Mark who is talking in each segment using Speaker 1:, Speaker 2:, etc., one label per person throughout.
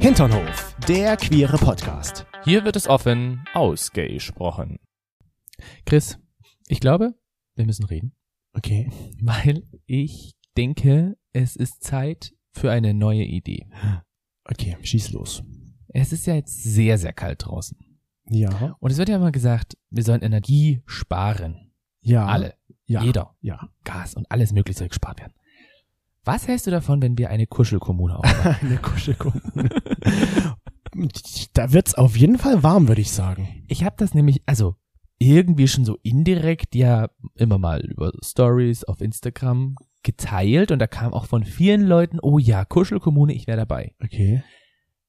Speaker 1: Hinternhof, der queere Podcast.
Speaker 2: Hier wird es offen ausgesprochen. Chris, ich glaube, wir müssen reden,
Speaker 1: Okay.
Speaker 2: weil ich denke, es ist Zeit für eine neue Idee.
Speaker 1: Okay, schieß los.
Speaker 2: Es ist ja jetzt sehr, sehr kalt draußen.
Speaker 1: Ja.
Speaker 2: Und es wird ja immer gesagt, wir sollen Energie sparen.
Speaker 1: Ja.
Speaker 2: Alle,
Speaker 1: Ja.
Speaker 2: jeder,
Speaker 1: Ja.
Speaker 2: Gas und alles Mögliche soll gespart werden. Was hältst du davon, wenn wir eine Kuschelkommune aufbauen?
Speaker 1: Eine Kuschelkommune. da wird's auf jeden Fall warm, würde ich sagen.
Speaker 2: Ich habe das nämlich, also irgendwie schon so indirekt ja immer mal über Stories auf Instagram geteilt und da kam auch von vielen Leuten, oh ja, Kuschelkommune, ich wäre dabei.
Speaker 1: Okay.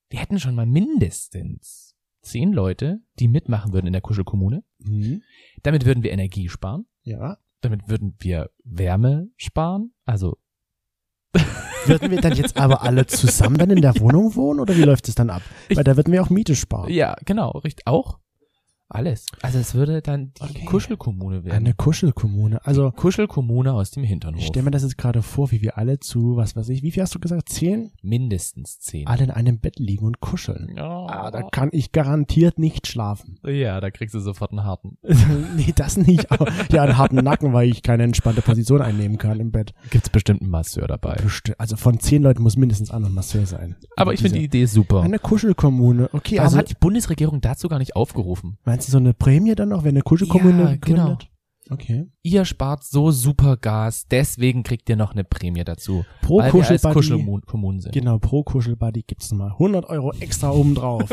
Speaker 2: Wir hätten schon mal mindestens zehn Leute, die mitmachen würden in der Kuschelkommune.
Speaker 1: Mhm.
Speaker 2: Damit würden wir Energie sparen.
Speaker 1: Ja.
Speaker 2: Damit würden wir Wärme sparen. Also,
Speaker 1: Würden wir dann jetzt aber alle zusammen dann in der Wohnung wohnen oder wie läuft es dann ab?
Speaker 2: Ich-
Speaker 1: Weil da würden wir auch Miete sparen.
Speaker 2: ja, genau, richtig. Auch alles. Also es würde dann die
Speaker 1: Okay.
Speaker 2: Kuschelkommune werden.
Speaker 1: Eine Kuschelkommune. Also,
Speaker 2: Kuschelkommune aus dem
Speaker 1: ich
Speaker 2: Hinternhof.
Speaker 1: stelle mir das jetzt gerade vor, wie wir alle zu, was weiß ich, wie viel hast du gesagt? Zehn?
Speaker 2: Mindestens zehn.
Speaker 1: Alle in einem Bett liegen und kuscheln.
Speaker 2: Ja.
Speaker 1: Ah, da kann ich garantiert nicht schlafen.
Speaker 2: Ja, da kriegst du sofort einen harten.
Speaker 1: nee, das nicht. Aber ja, einen harten Nacken, weil ich keine entspannte Position einnehmen kann im Bett.
Speaker 2: Gibt's bestimmt einen Masseur dabei.
Speaker 1: Besti- Also von zehn Leuten muss mindestens einer ein Masseur sein.
Speaker 2: Aber ich finde die
Speaker 1: Diese-
Speaker 2: Idee super.
Speaker 1: Eine Kuschelkommune. Okay,
Speaker 2: Warum
Speaker 1: also
Speaker 2: hat die Bundesregierung dazu gar nicht aufgerufen?
Speaker 1: meinst du so eine Prämie dann noch, wenn eine Kuschelkommune
Speaker 2: Ja, genau.
Speaker 1: gründet? Okay.
Speaker 2: Ihr spart so super Gas, deswegen kriegt ihr noch eine Prämie dazu.
Speaker 1: Pro
Speaker 2: weil wir als
Speaker 1: Kuschelbuddy-
Speaker 2: Kuschelkommunen sind.
Speaker 1: Genau, pro Kuschelbuddy gibt's nochmal 100 Euro extra obendrauf.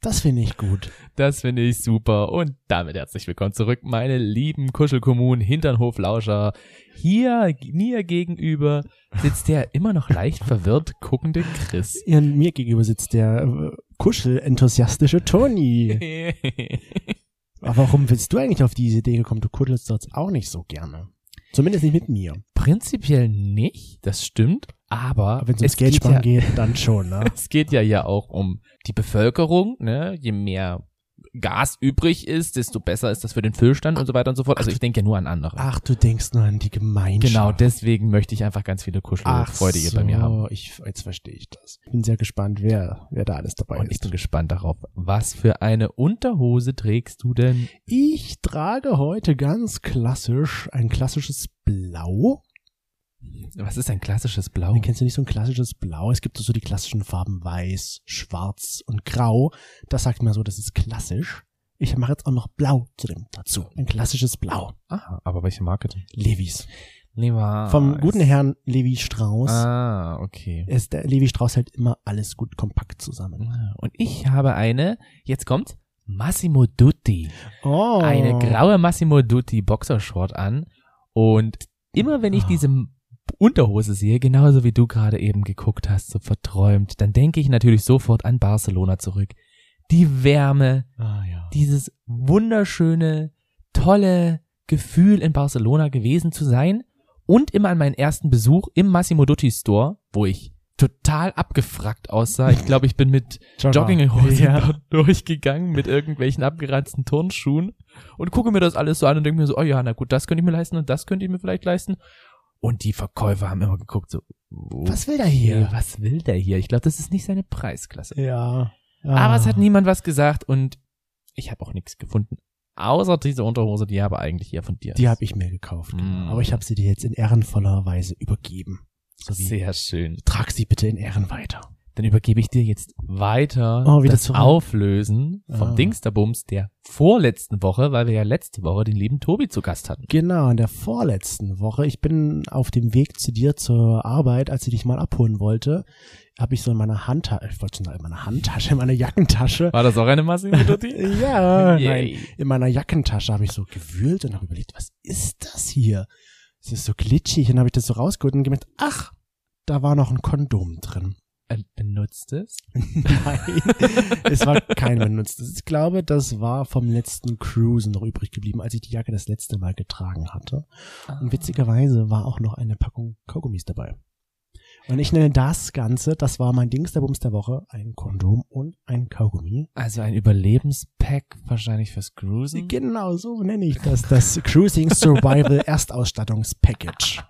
Speaker 1: das finde ich gut.
Speaker 2: Das finde ich super. Und damit herzlich willkommen zurück, meine lieben Kuschelkommunen, Hinternhoflauscher. Hier mir gegenüber sitzt der immer noch leicht verwirrt guckende Chris.
Speaker 1: Ihr- Mir gegenüber sitzt der äh, kuschelenthusiastische Toni. Aber warum bist du eigentlich auf diese Idee gekommen? Du kuschelst dort auch nicht so gerne. Zumindest nicht mit mir.
Speaker 2: Prinzipiell nicht, das stimmt, aber
Speaker 1: Aber wenn es ums
Speaker 2: geht
Speaker 1: Geld sparen
Speaker 2: ja-
Speaker 1: geht, dann schon, ne?
Speaker 2: Es geht ja hier auch um die Bevölkerung, ne? Je mehr Gas übrig ist, desto besser ist das für den Füllstand und so weiter und so fort. Also ich denke ja nur an andere.
Speaker 1: Ach, du denkst nur an die Gemeinschaft.
Speaker 2: genau, deswegen möchte ich einfach ganz viele
Speaker 1: Ach
Speaker 2: Kuschelfreudige
Speaker 1: so,
Speaker 2: bei mir haben.
Speaker 1: Ich, jetzt verstehe ich das. Ich bin sehr gespannt, wer, wer da alles dabei
Speaker 2: Und ich
Speaker 1: ist.
Speaker 2: bin gespannt darauf, was für eine Unterhose trägst du denn?
Speaker 1: ich trage heute ganz klassisch ein klassisches Blau.
Speaker 2: Was ist ein klassisches Blau?
Speaker 1: Den Kennst du nicht so ein klassisches Blau? Es gibt so die klassischen Farben Weiß, Schwarz und Grau. Das sagt man so, das ist klassisch. Ich mache jetzt auch noch Blau zu dem dazu. Ein klassisches Blau.
Speaker 2: Aha, Ah, aber welche Marke denn?
Speaker 1: Levis.
Speaker 2: Levi's.
Speaker 1: Vom guten Herrn Levi Strauss.
Speaker 2: Ah, okay.
Speaker 1: Ist der Levi Strauss hält immer alles gut kompakt zusammen.
Speaker 2: Und ich habe eine, jetzt kommt Massimo Dutti.
Speaker 1: Oh.
Speaker 2: eine graue Massimo Dutti Boxershort an und immer wenn ich
Speaker 1: Ah.
Speaker 2: diese Unterhose sehe, genauso wie du gerade eben geguckt hast, so verträumt, dann denke ich natürlich sofort an Barcelona zurück. Die Wärme,
Speaker 1: Ah, ja.
Speaker 2: dieses wunderschöne, tolle Gefühl in Barcelona gewesen zu sein und immer an meinen ersten Besuch im Massimo Dutti Store, wo ich total abgefrackt aussah. Ich glaube, ich bin mit Jogginghose
Speaker 1: Ja.
Speaker 2: dort durchgegangen mit irgendwelchen abgeranzten Turnschuhen und gucke mir das alles so an und denke mir so, oh ja, na gut, das könnte ich mir leisten und das könnte ich mir vielleicht leisten. Und die Verkäufer haben immer geguckt so, was,
Speaker 1: Was will der hier?
Speaker 2: was will der hier? Ich glaube, das ist nicht seine Preisklasse.
Speaker 1: Ja.
Speaker 2: Aber es hat niemand was gesagt und ich habe auch nichts gefunden. Außer diese Unterhose, die aber eigentlich eher von dir.
Speaker 1: Die
Speaker 2: ist.
Speaker 1: habe ich mir gekauft.
Speaker 2: Mm.
Speaker 1: Aber ich habe sie dir jetzt in ehrenvoller Weise übergeben. So wie,
Speaker 2: Sehr schön.
Speaker 1: trag sie bitte in Ehren weiter.
Speaker 2: Dann übergebe ich dir jetzt weiter
Speaker 1: Oh, wieder
Speaker 2: das
Speaker 1: zurück.
Speaker 2: Auflösen vom
Speaker 1: Ah.
Speaker 2: Dingsterbums der vorletzten Woche, weil wir ja letzte Woche den lieben Tobi zu Gast hatten.
Speaker 1: Genau, in der vorletzten Woche, ich bin auf dem Weg zu dir zur Arbeit, als ich dich mal abholen wollte, habe ich so in meiner Handtasche, ich wollte schon sagen, in meiner Handtasche, in meiner Jackentasche,
Speaker 2: War das auch eine Massimo-Dutti?
Speaker 1: ja, nein,
Speaker 2: Yay.
Speaker 1: in meiner Jackentasche habe ich so gewühlt und habe überlegt, was ist das hier? Es ist so glitschig. Und dann habe ich das so rausgeholt und gemerkt, ach, da war noch ein Kondom drin.
Speaker 2: Und Ähm, Benutzt es?
Speaker 1: Nein, es war kein benutztes. Ich glaube, das war vom letzten Cruisen noch übrig geblieben, als ich die Jacke das letzte Mal getragen hatte. Und witzigerweise war auch noch eine Packung Kaugummis dabei. Und ich nenne das Ganze, das war mein Dings der Bums der Woche, ein Kondom und ein Kaugummi.
Speaker 2: Also ein Überlebenspack wahrscheinlich fürs
Speaker 1: Mhm.
Speaker 2: Cruisen.
Speaker 1: Genau so nenne ich das. Das Cruising Survival Erstausstattungspackage.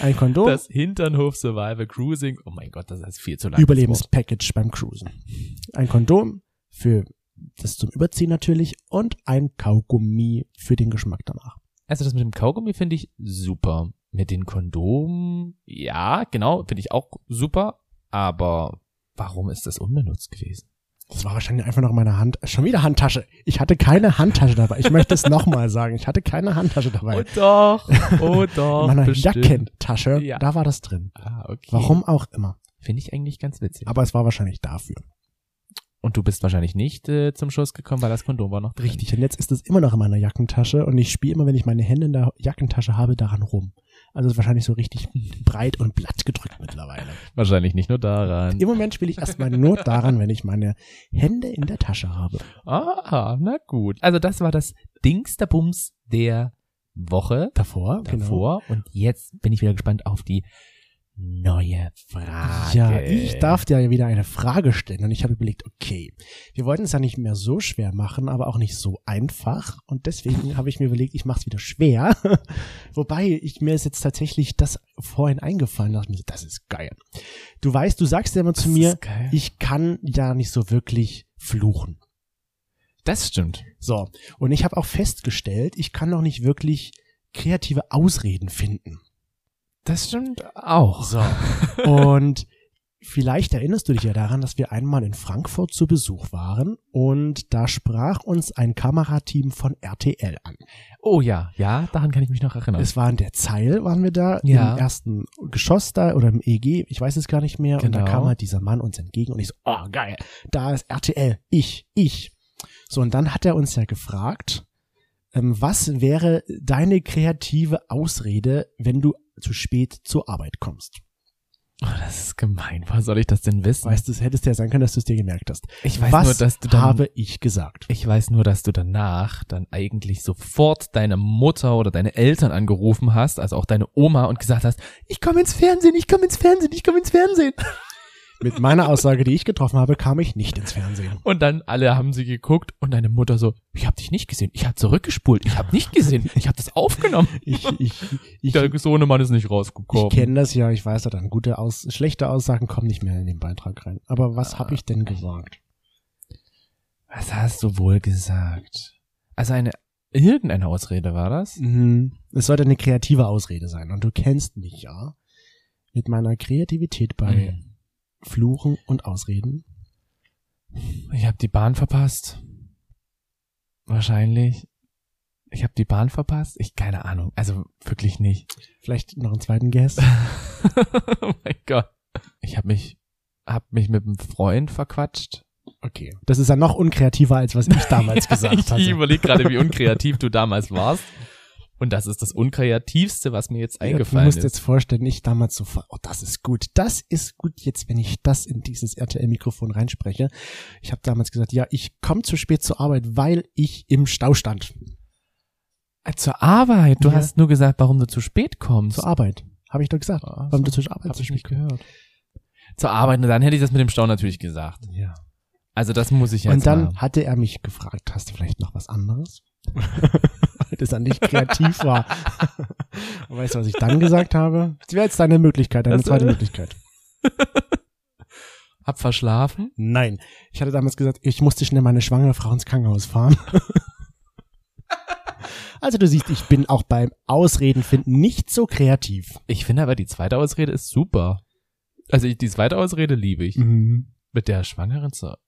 Speaker 1: Ein Kondom.
Speaker 2: Das Hinternhof Survival Cruising. Oh mein Gott, das ist viel zu lang.
Speaker 1: Überlebenspackage beim Cruisen. Ein Kondom für das zum Überziehen natürlich und ein Kaugummi für den Geschmack danach.
Speaker 2: Also das mit dem Kaugummi finde ich super. Mit den Kondomen, ja, genau, finde ich auch super. Aber warum ist das unbenutzt gewesen?
Speaker 1: Das war wahrscheinlich einfach noch meine Hand. Schon wieder Handtasche. Ich hatte keine Handtasche dabei. Ich möchte es nochmal sagen. Ich hatte keine Handtasche dabei.
Speaker 2: Oh doch, oh doch.
Speaker 1: In meiner
Speaker 2: bestimmt.
Speaker 1: Jackentasche,
Speaker 2: Ja.
Speaker 1: da war das drin.
Speaker 2: Ah, okay.
Speaker 1: Warum auch immer.
Speaker 2: Finde ich eigentlich ganz witzig.
Speaker 1: Aber es war wahrscheinlich dafür.
Speaker 2: Und du bist wahrscheinlich nicht äh, zum Schuss gekommen, weil das Kondom war noch drin.
Speaker 1: Richtig. Und jetzt ist es immer noch in meiner Jackentasche und ich spiele immer, wenn ich meine Hände in der Jackentasche habe, daran rum. Also es ist wahrscheinlich so richtig breit und blatt gedrückt mittlerweile.
Speaker 2: Wahrscheinlich nicht nur daran.
Speaker 1: Im Moment spiele ich erstmal nur daran, wenn ich meine Hände in der Tasche habe.
Speaker 2: Ah, na gut. Also das war das Dingsterbums der Woche
Speaker 1: Davor, genau. davor.
Speaker 2: davor. Und jetzt bin ich wieder gespannt auf die neue Frage.
Speaker 1: Ja, ich darf dir ja wieder eine Frage stellen und ich habe überlegt, okay, wir wollten es ja nicht mehr so schwer machen, aber auch nicht so einfach und deswegen habe ich mir überlegt, ich mache es wieder schwer. Wobei ich mir ist jetzt tatsächlich das vorhin eingefallen, dachte mir, so, das ist geil. Du weißt, du sagst ja immer zu
Speaker 2: Das
Speaker 1: mir,
Speaker 2: ist geil.
Speaker 1: ich kann ja nicht so wirklich fluchen.
Speaker 2: das stimmt.
Speaker 1: So, und ich habe auch festgestellt, ich kann noch nicht wirklich kreative Ausreden finden.
Speaker 2: Das stimmt auch.
Speaker 1: So. Und vielleicht erinnerst du dich ja daran, dass wir einmal in Frankfurt zu Besuch waren und da sprach uns ein Kamerateam von RTL an.
Speaker 2: Oh ja, ja, daran kann ich mich noch erinnern.
Speaker 1: Es war in der Zeil, waren wir da,
Speaker 2: Ja.
Speaker 1: im ersten Geschoss da oder im EG, ich weiß es gar nicht mehr. Und da
Speaker 2: Genau.
Speaker 1: kam halt dieser Mann uns entgegen und ich so, oh geil, da ist RTL, ich, ich. So, und dann hat er uns ja gefragt, ähm, was wäre deine kreative Ausrede, wenn du zu spät zur Arbeit kommst?
Speaker 2: oh, das ist gemein. Woher soll ich das denn wissen?
Speaker 1: Weißt du, es hättest ja sein können, dass du es dir gemerkt hast.
Speaker 2: ich weiß
Speaker 1: Was
Speaker 2: nur, dass du dann,
Speaker 1: habe ich gesagt?
Speaker 2: ich weiß nur, dass du danach dann eigentlich sofort deine Mutter oder deine Eltern angerufen hast, also auch deine Oma und gesagt hast, ich komme ins Fernsehen, ich komme ins Fernsehen, ich komme ins Fernsehen.
Speaker 1: Mit meiner Aussage, die ich getroffen habe, kam ich nicht ins Fernsehen.
Speaker 2: Und dann alle haben sie geguckt und deine Mutter so, ich habe dich nicht gesehen, ich habe zurückgespult, ich habe nicht gesehen, ich habe das aufgenommen.
Speaker 1: Ich, ich, ich,
Speaker 2: Der
Speaker 1: ich
Speaker 2: Sohnemann ist nicht rausgekommen.
Speaker 1: kenne das ja, ich weiß ja dann, gute Aus schlechte Aussagen kommen nicht mehr in den Beitrag rein. Aber was habe ich denn gesagt?
Speaker 2: Was hast du wohl gesagt? Also eine, irgendeine Ausrede war das?
Speaker 1: Mhm. Es sollte eine kreative Ausrede sein. Und du kennst mich ja mit meiner Kreativität bei
Speaker 2: Mhm.
Speaker 1: Fluchen und Ausreden.
Speaker 2: Ich habe die Bahn verpasst. Wahrscheinlich. Ich habe die Bahn verpasst? Ich keine Ahnung. Also wirklich nicht.
Speaker 1: Vielleicht noch einen zweiten Guess.
Speaker 2: oh mein Gott. Ich habe mich hab mich mit einem Freund verquatscht.
Speaker 1: Okay. Das ist ja noch unkreativer, als was ich damals gesagt
Speaker 2: ich
Speaker 1: hatte.
Speaker 2: überlege gerade, wie unkreativ du damals warst. Und das ist das unkreativste, was mir jetzt
Speaker 1: Du
Speaker 2: eingefallen
Speaker 1: musst
Speaker 2: ist.
Speaker 1: jetzt vorstellen, ich damals so, vor- oh, das ist gut, das ist gut jetzt, wenn ich das in dieses RTL-Mikrofon reinspreche. Ich habe damals gesagt, ja, ich komme zu spät zur Arbeit, weil ich im Stau stand.
Speaker 2: äh, Zur Arbeit. Du
Speaker 1: Ja.
Speaker 2: hast nur gesagt, warum du zu spät kommst.
Speaker 1: Zur Arbeit, habe ich doch gesagt.
Speaker 2: Ah,
Speaker 1: Warum
Speaker 2: so.
Speaker 1: du zur Arbeit
Speaker 2: Hab
Speaker 1: zu
Speaker 2: ich
Speaker 1: spät
Speaker 2: nicht gehört. Zur Arbeit. Na, dann hätte ich das mit dem Stau natürlich gesagt.
Speaker 1: kommst. Ja.
Speaker 2: Also das muss ich jetzt
Speaker 1: Und
Speaker 2: mal.
Speaker 1: dann hatte er mich gefragt, hast du vielleicht noch was anderes? Weil das dann nicht kreativ war. Und weißt du, was ich dann gesagt habe? Das wäre jetzt deine Möglichkeit, deine
Speaker 2: Das-
Speaker 1: zweite Möglichkeit.
Speaker 2: Hab verschlafen.
Speaker 1: Nein. Ich hatte damals gesagt, ich musste schnell meine schwangere Frau ins Krankenhaus fahren. also du siehst, ich bin auch beim Ausreden finden nicht so kreativ.
Speaker 2: Ich finde aber die zweite Ausrede ist super. Also ich, die zweite Ausrede liebe ich.
Speaker 1: Mhm.
Speaker 2: Mit der Schwangeren zur,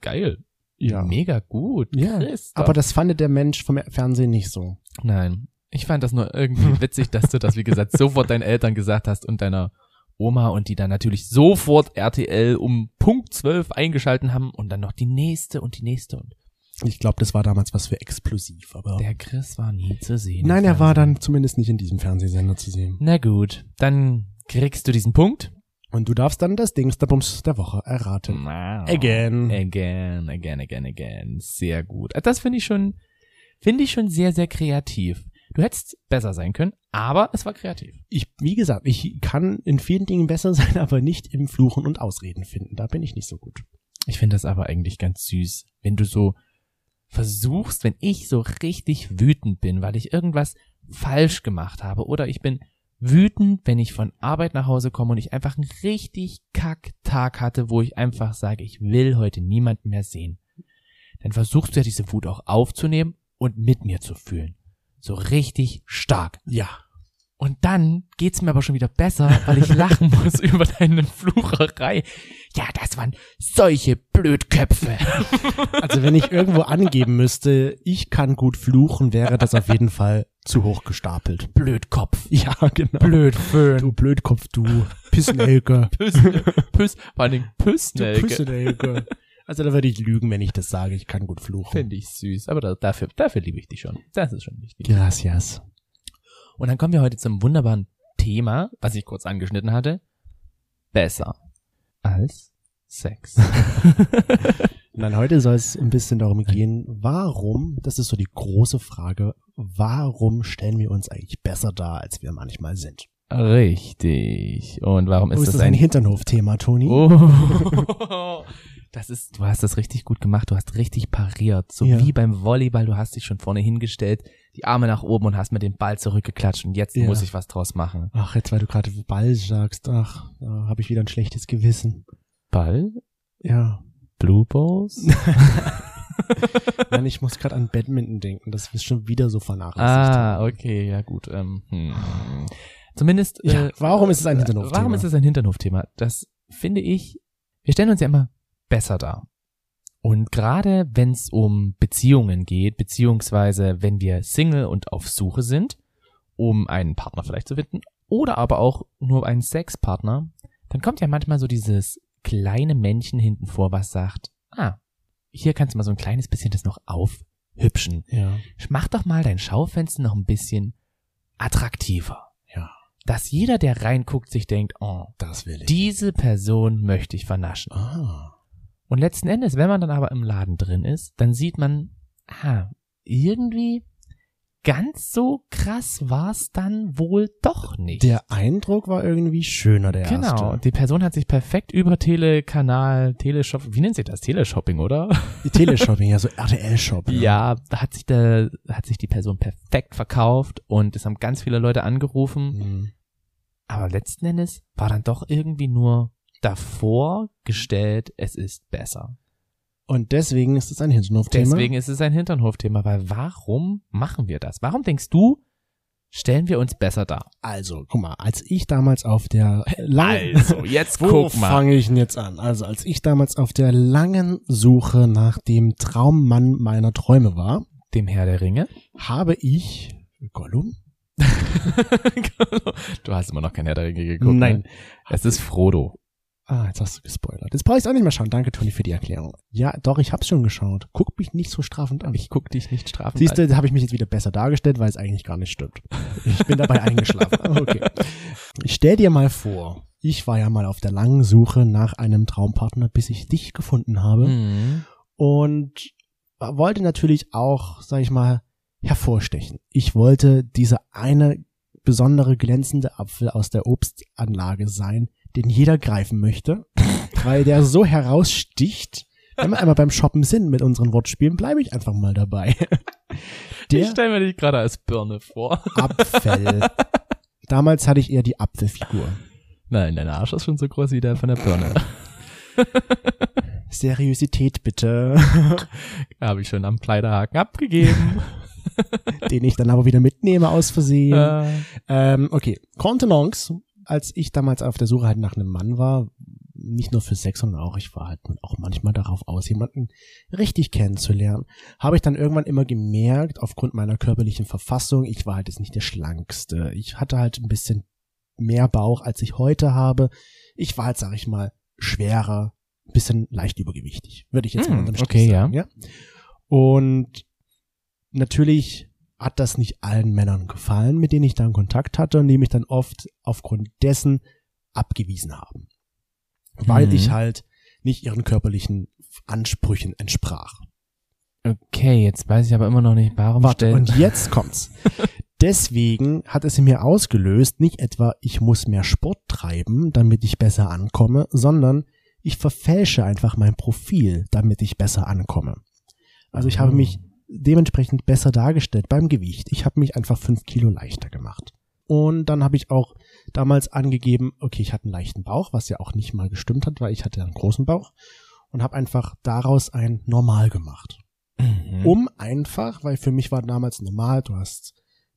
Speaker 2: geil.
Speaker 1: Ja.
Speaker 2: Mega gut.
Speaker 1: Ja,
Speaker 2: Christoph.
Speaker 1: Aber das fand der Mensch vom Fernsehen nicht so.
Speaker 2: Nein. Ich fand das nur irgendwie witzig, dass du das, wie gesagt, sofort deinen Eltern gesagt hast und deiner Oma und die dann natürlich sofort RTL um Punkt 12 eingeschalten haben und dann noch die nächste und die nächste und
Speaker 1: Ich glaube, das war damals was für explosiv, aber.
Speaker 2: der Chris war nie zu sehen.
Speaker 1: Nein,
Speaker 2: im
Speaker 1: er war
Speaker 2: Fernsehen.
Speaker 1: dann zumindest nicht in diesem Fernsehsender zu sehen.
Speaker 2: Na gut, dann kriegst du diesen Punkt.
Speaker 1: Und du darfst dann das Dings der Bums der Woche erraten. Again.
Speaker 2: Again, again, again, again. Sehr gut. Also Das finde ich schon, finde ich schon sehr, sehr kreativ. Du hättest besser sein können, aber es war kreativ.
Speaker 1: Ich, wie gesagt, ich kann in vielen Dingen besser sein, aber nicht im Fluchen und Ausreden finden. Da bin ich nicht so gut.
Speaker 2: Ich finde das aber eigentlich ganz süß, wenn du so versuchst, wenn ich so richtig wütend bin, weil ich irgendwas falsch gemacht habe oder ich bin wütend, wenn ich von Arbeit nach Hause komme und ich einfach einen richtig kack Tag hatte, wo ich einfach sage, ich will heute niemanden mehr sehen. Dann versuchst du ja diese Wut auch aufzunehmen und mit mir zu fühlen. So richtig stark.
Speaker 1: Ja.
Speaker 2: Und dann geht's mir aber schon wieder besser, weil ich lachen muss über deine Flucherei. Ja, das waren solche Blödköpfe.
Speaker 1: Also wenn ich irgendwo angeben müsste, ich kann gut fluchen, wäre das auf jeden Fall zu hoch gestapelt.
Speaker 2: Blödkopf.
Speaker 1: Ja, genau.
Speaker 2: Blödföhn.
Speaker 1: Du Blödkopf, du Pissnelke.
Speaker 2: Püssen, Püss, vor allen Dingen
Speaker 1: Du
Speaker 2: Püssnelke.
Speaker 1: Pissnelke. Also da würde ich lügen, wenn ich das sage. Ich kann gut fluchen.
Speaker 2: Finde ich süß. Aber da, dafür, dafür liebe ich dich schon. Das ist schon wichtig.
Speaker 1: Gracias.
Speaker 2: Und dann kommen wir heute zum wunderbaren Thema, was ich kurz angeschnitten hatte. Besser als Sex.
Speaker 1: Nein, heute soll es ein bisschen darum gehen, warum, das ist so die große Frage, warum stellen wir uns eigentlich besser dar, als wir manchmal sind?
Speaker 2: Richtig. Und warum ist,
Speaker 1: Oh, ist das ein Hinternhof-Thema, Toni?
Speaker 2: Oh. Hm? Das ist, du hast das richtig gut gemacht, du hast richtig pariert. So
Speaker 1: Ja.
Speaker 2: wie beim Volleyball, du hast dich schon vorne hingestellt, die Arme nach oben und hast mit dem Ball zurückgeklatscht und jetzt
Speaker 1: Ja.
Speaker 2: muss ich was draus machen.
Speaker 1: Ach, jetzt weil du gerade Ball sagst, ach, da habe ich wieder ein schlechtes Gewissen.
Speaker 2: Ball?
Speaker 1: Ja.
Speaker 2: Blue Balls?
Speaker 1: Nein, ich muss gerade an Badminton denken, das ist schon wieder so vernachlässigt.
Speaker 2: ah, okay, ja gut. Ähm, hm. Zumindest.
Speaker 1: Ja,
Speaker 2: äh,
Speaker 1: warum ist es ein
Speaker 2: äh,
Speaker 1: Hinternhofthema?
Speaker 2: Warum ist es ein Hinternhofthema? Das finde ich, wir stellen uns ja immer besser dar. Und gerade wenn es um Beziehungen geht, beziehungsweise wenn wir Single und auf Suche sind, um einen Partner vielleicht zu finden, oder aber auch nur einen Sexpartner, dann kommt ja manchmal so dieses kleine Männchen hinten vor, was sagt, ah, hier kannst du mal so ein kleines bisschen das noch aufhübschen
Speaker 1: Ja.
Speaker 2: mach doch mal dein Schaufenster noch ein bisschen attraktiver.
Speaker 1: Ja.
Speaker 2: Dass jeder, der reinguckt, sich denkt, oh,
Speaker 1: Das will ich.
Speaker 2: diese Person möchte ich vernaschen.
Speaker 1: ah.
Speaker 2: Und letzten Endes, wenn man dann aber im Laden drin ist, dann sieht man, ah, irgendwie ganz so krass war's dann wohl doch nicht.
Speaker 1: Der Eindruck war irgendwie schöner, der
Speaker 2: Genau,
Speaker 1: erste.
Speaker 2: die Person hat sich perfekt über Telekanal, Teleshop, wie nennt sich das? Teleshopping, oder?
Speaker 1: Die Teleshopping, also ja, so RTL-Shopping.
Speaker 2: Ja, hat sich der, hat sich die Person perfekt verkauft und es haben ganz viele Leute angerufen.
Speaker 1: Hm.
Speaker 2: Aber letzten Endes war dann doch irgendwie nur davor gestellt, es ist besser.
Speaker 1: Und deswegen ist es ein Hinternhof-Thema.
Speaker 2: Deswegen ist es ein Hinternhofthema, weil warum machen wir das? Warum denkst du, stellen wir uns besser dar?
Speaker 1: Also, guck mal, als ich damals auf der langen,
Speaker 2: Also, jetzt
Speaker 1: wo
Speaker 2: guck mal.
Speaker 1: fange ich denn jetzt an? Also, als ich damals auf der langen Suche nach dem Traummann meiner Träume war,
Speaker 2: Dem Herr der Ringe.
Speaker 1: habe ich Gollum?
Speaker 2: du hast immer noch kein Herr der Ringe geguckt.
Speaker 1: Nein.
Speaker 2: Ne? Es ist Frodo.
Speaker 1: Ah, jetzt hast du gespoilert. Jetzt brauche ich auch nicht mehr schauen. Danke, Toni, für die Erklärung. Ja, doch, ich hab's schon geschaut. Guck mich nicht so strafend an.
Speaker 2: Ich guck dich nicht strafen.
Speaker 1: Siehst du, da habe ich mich jetzt wieder besser dargestellt, weil es eigentlich gar nicht stimmt. Ich bin dabei eingeschlafen. Aber Okay. Ich stell dir mal vor, ich war ja mal auf der langen Suche nach einem Traumpartner, bis ich dich gefunden habe.
Speaker 2: Mhm.
Speaker 1: und wollte natürlich auch, sag ich mal, hervorstechen. Ich wollte diese eine besondere glänzende Apfel aus der Obstanlage sein, den jeder greifen möchte, weil der so heraussticht. Wenn wir einmal beim Shoppen sind mit unseren Wortspielen, bleibe ich einfach mal dabei.
Speaker 2: Ich
Speaker 1: Der
Speaker 2: stell mir dich gerade als Birne vor.
Speaker 1: Apfel. Damals hatte ich eher die Apfelfigur.
Speaker 2: Nein, dein Arsch ist schon so groß wie der von der Birne.
Speaker 1: Seriosität bitte,
Speaker 2: Habe ich schon am Kleiderhaken abgegeben.
Speaker 1: den ich dann aber wieder mitnehme aus Versehen.
Speaker 2: Äh,
Speaker 1: Ähm, okay, Contenance, als ich damals auf der Suche halt nach einem Mann war, nicht nur für Sex, sondern auch, ich war halt auch manchmal darauf aus, jemanden richtig kennenzulernen, habe ich dann irgendwann immer gemerkt, aufgrund meiner körperlichen Verfassung, ich war halt jetzt nicht der Schlankste. Ich hatte halt ein bisschen mehr Bauch, als ich heute habe. Ich war halt, sag ich mal, schwerer, ein bisschen leicht übergewichtig, würde ich jetzt mal
Speaker 2: Hm,
Speaker 1: unterm Strich
Speaker 2: okay,
Speaker 1: sagen. Ja. Und natürlich hat das nicht allen Männern gefallen, mit denen ich dann Kontakt hatte und die mich dann oft aufgrund dessen abgewiesen haben. Weil
Speaker 2: Mhm.
Speaker 1: ich halt nicht ihren körperlichen Ansprüchen entsprach.
Speaker 2: Okay, jetzt weiß ich aber immer noch nicht, warum
Speaker 1: Warte,
Speaker 2: stellen.
Speaker 1: und jetzt kommt's. Deswegen hat es in mir ausgelöst, nicht etwa, ich muss mehr Sport treiben, damit ich besser ankomme, sondern ich verfälsche einfach mein Profil, damit ich besser ankomme. Also ich habe mich dementsprechend besser dargestellt beim Gewicht. Ich habe mich einfach fünf Kilo leichter gemacht. Und dann habe ich auch damals angegeben, okay, ich hatte einen leichten Bauch, was ja auch nicht mal gestimmt hat, weil ich hatte einen großen Bauch und habe einfach daraus ein Normal gemacht. Um einfach, weil für mich war damals normal, du hast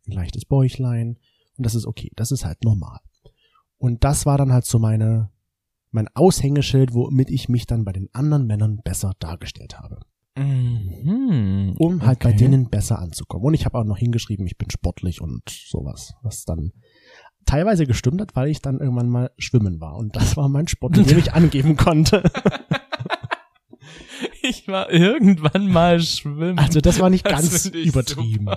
Speaker 1: ein leichtes Bäuchlein und das ist okay, das ist halt normal. Und das war dann halt so meine, mein Aushängeschild, womit ich mich dann bei den anderen Männern besser dargestellt habe
Speaker 2: Mhm.
Speaker 1: um halt bei
Speaker 2: Okay.
Speaker 1: denen besser anzukommen. Und ich habe auch noch hingeschrieben, ich bin sportlich und sowas, was dann teilweise gestimmt hat, weil ich dann irgendwann mal schwimmen war. Und das war mein Sport, den ich angeben konnte.
Speaker 2: Ich war irgendwann mal schwimmen.
Speaker 1: Also das war nicht
Speaker 2: Das
Speaker 1: ganz
Speaker 2: finde ich
Speaker 1: übertrieben.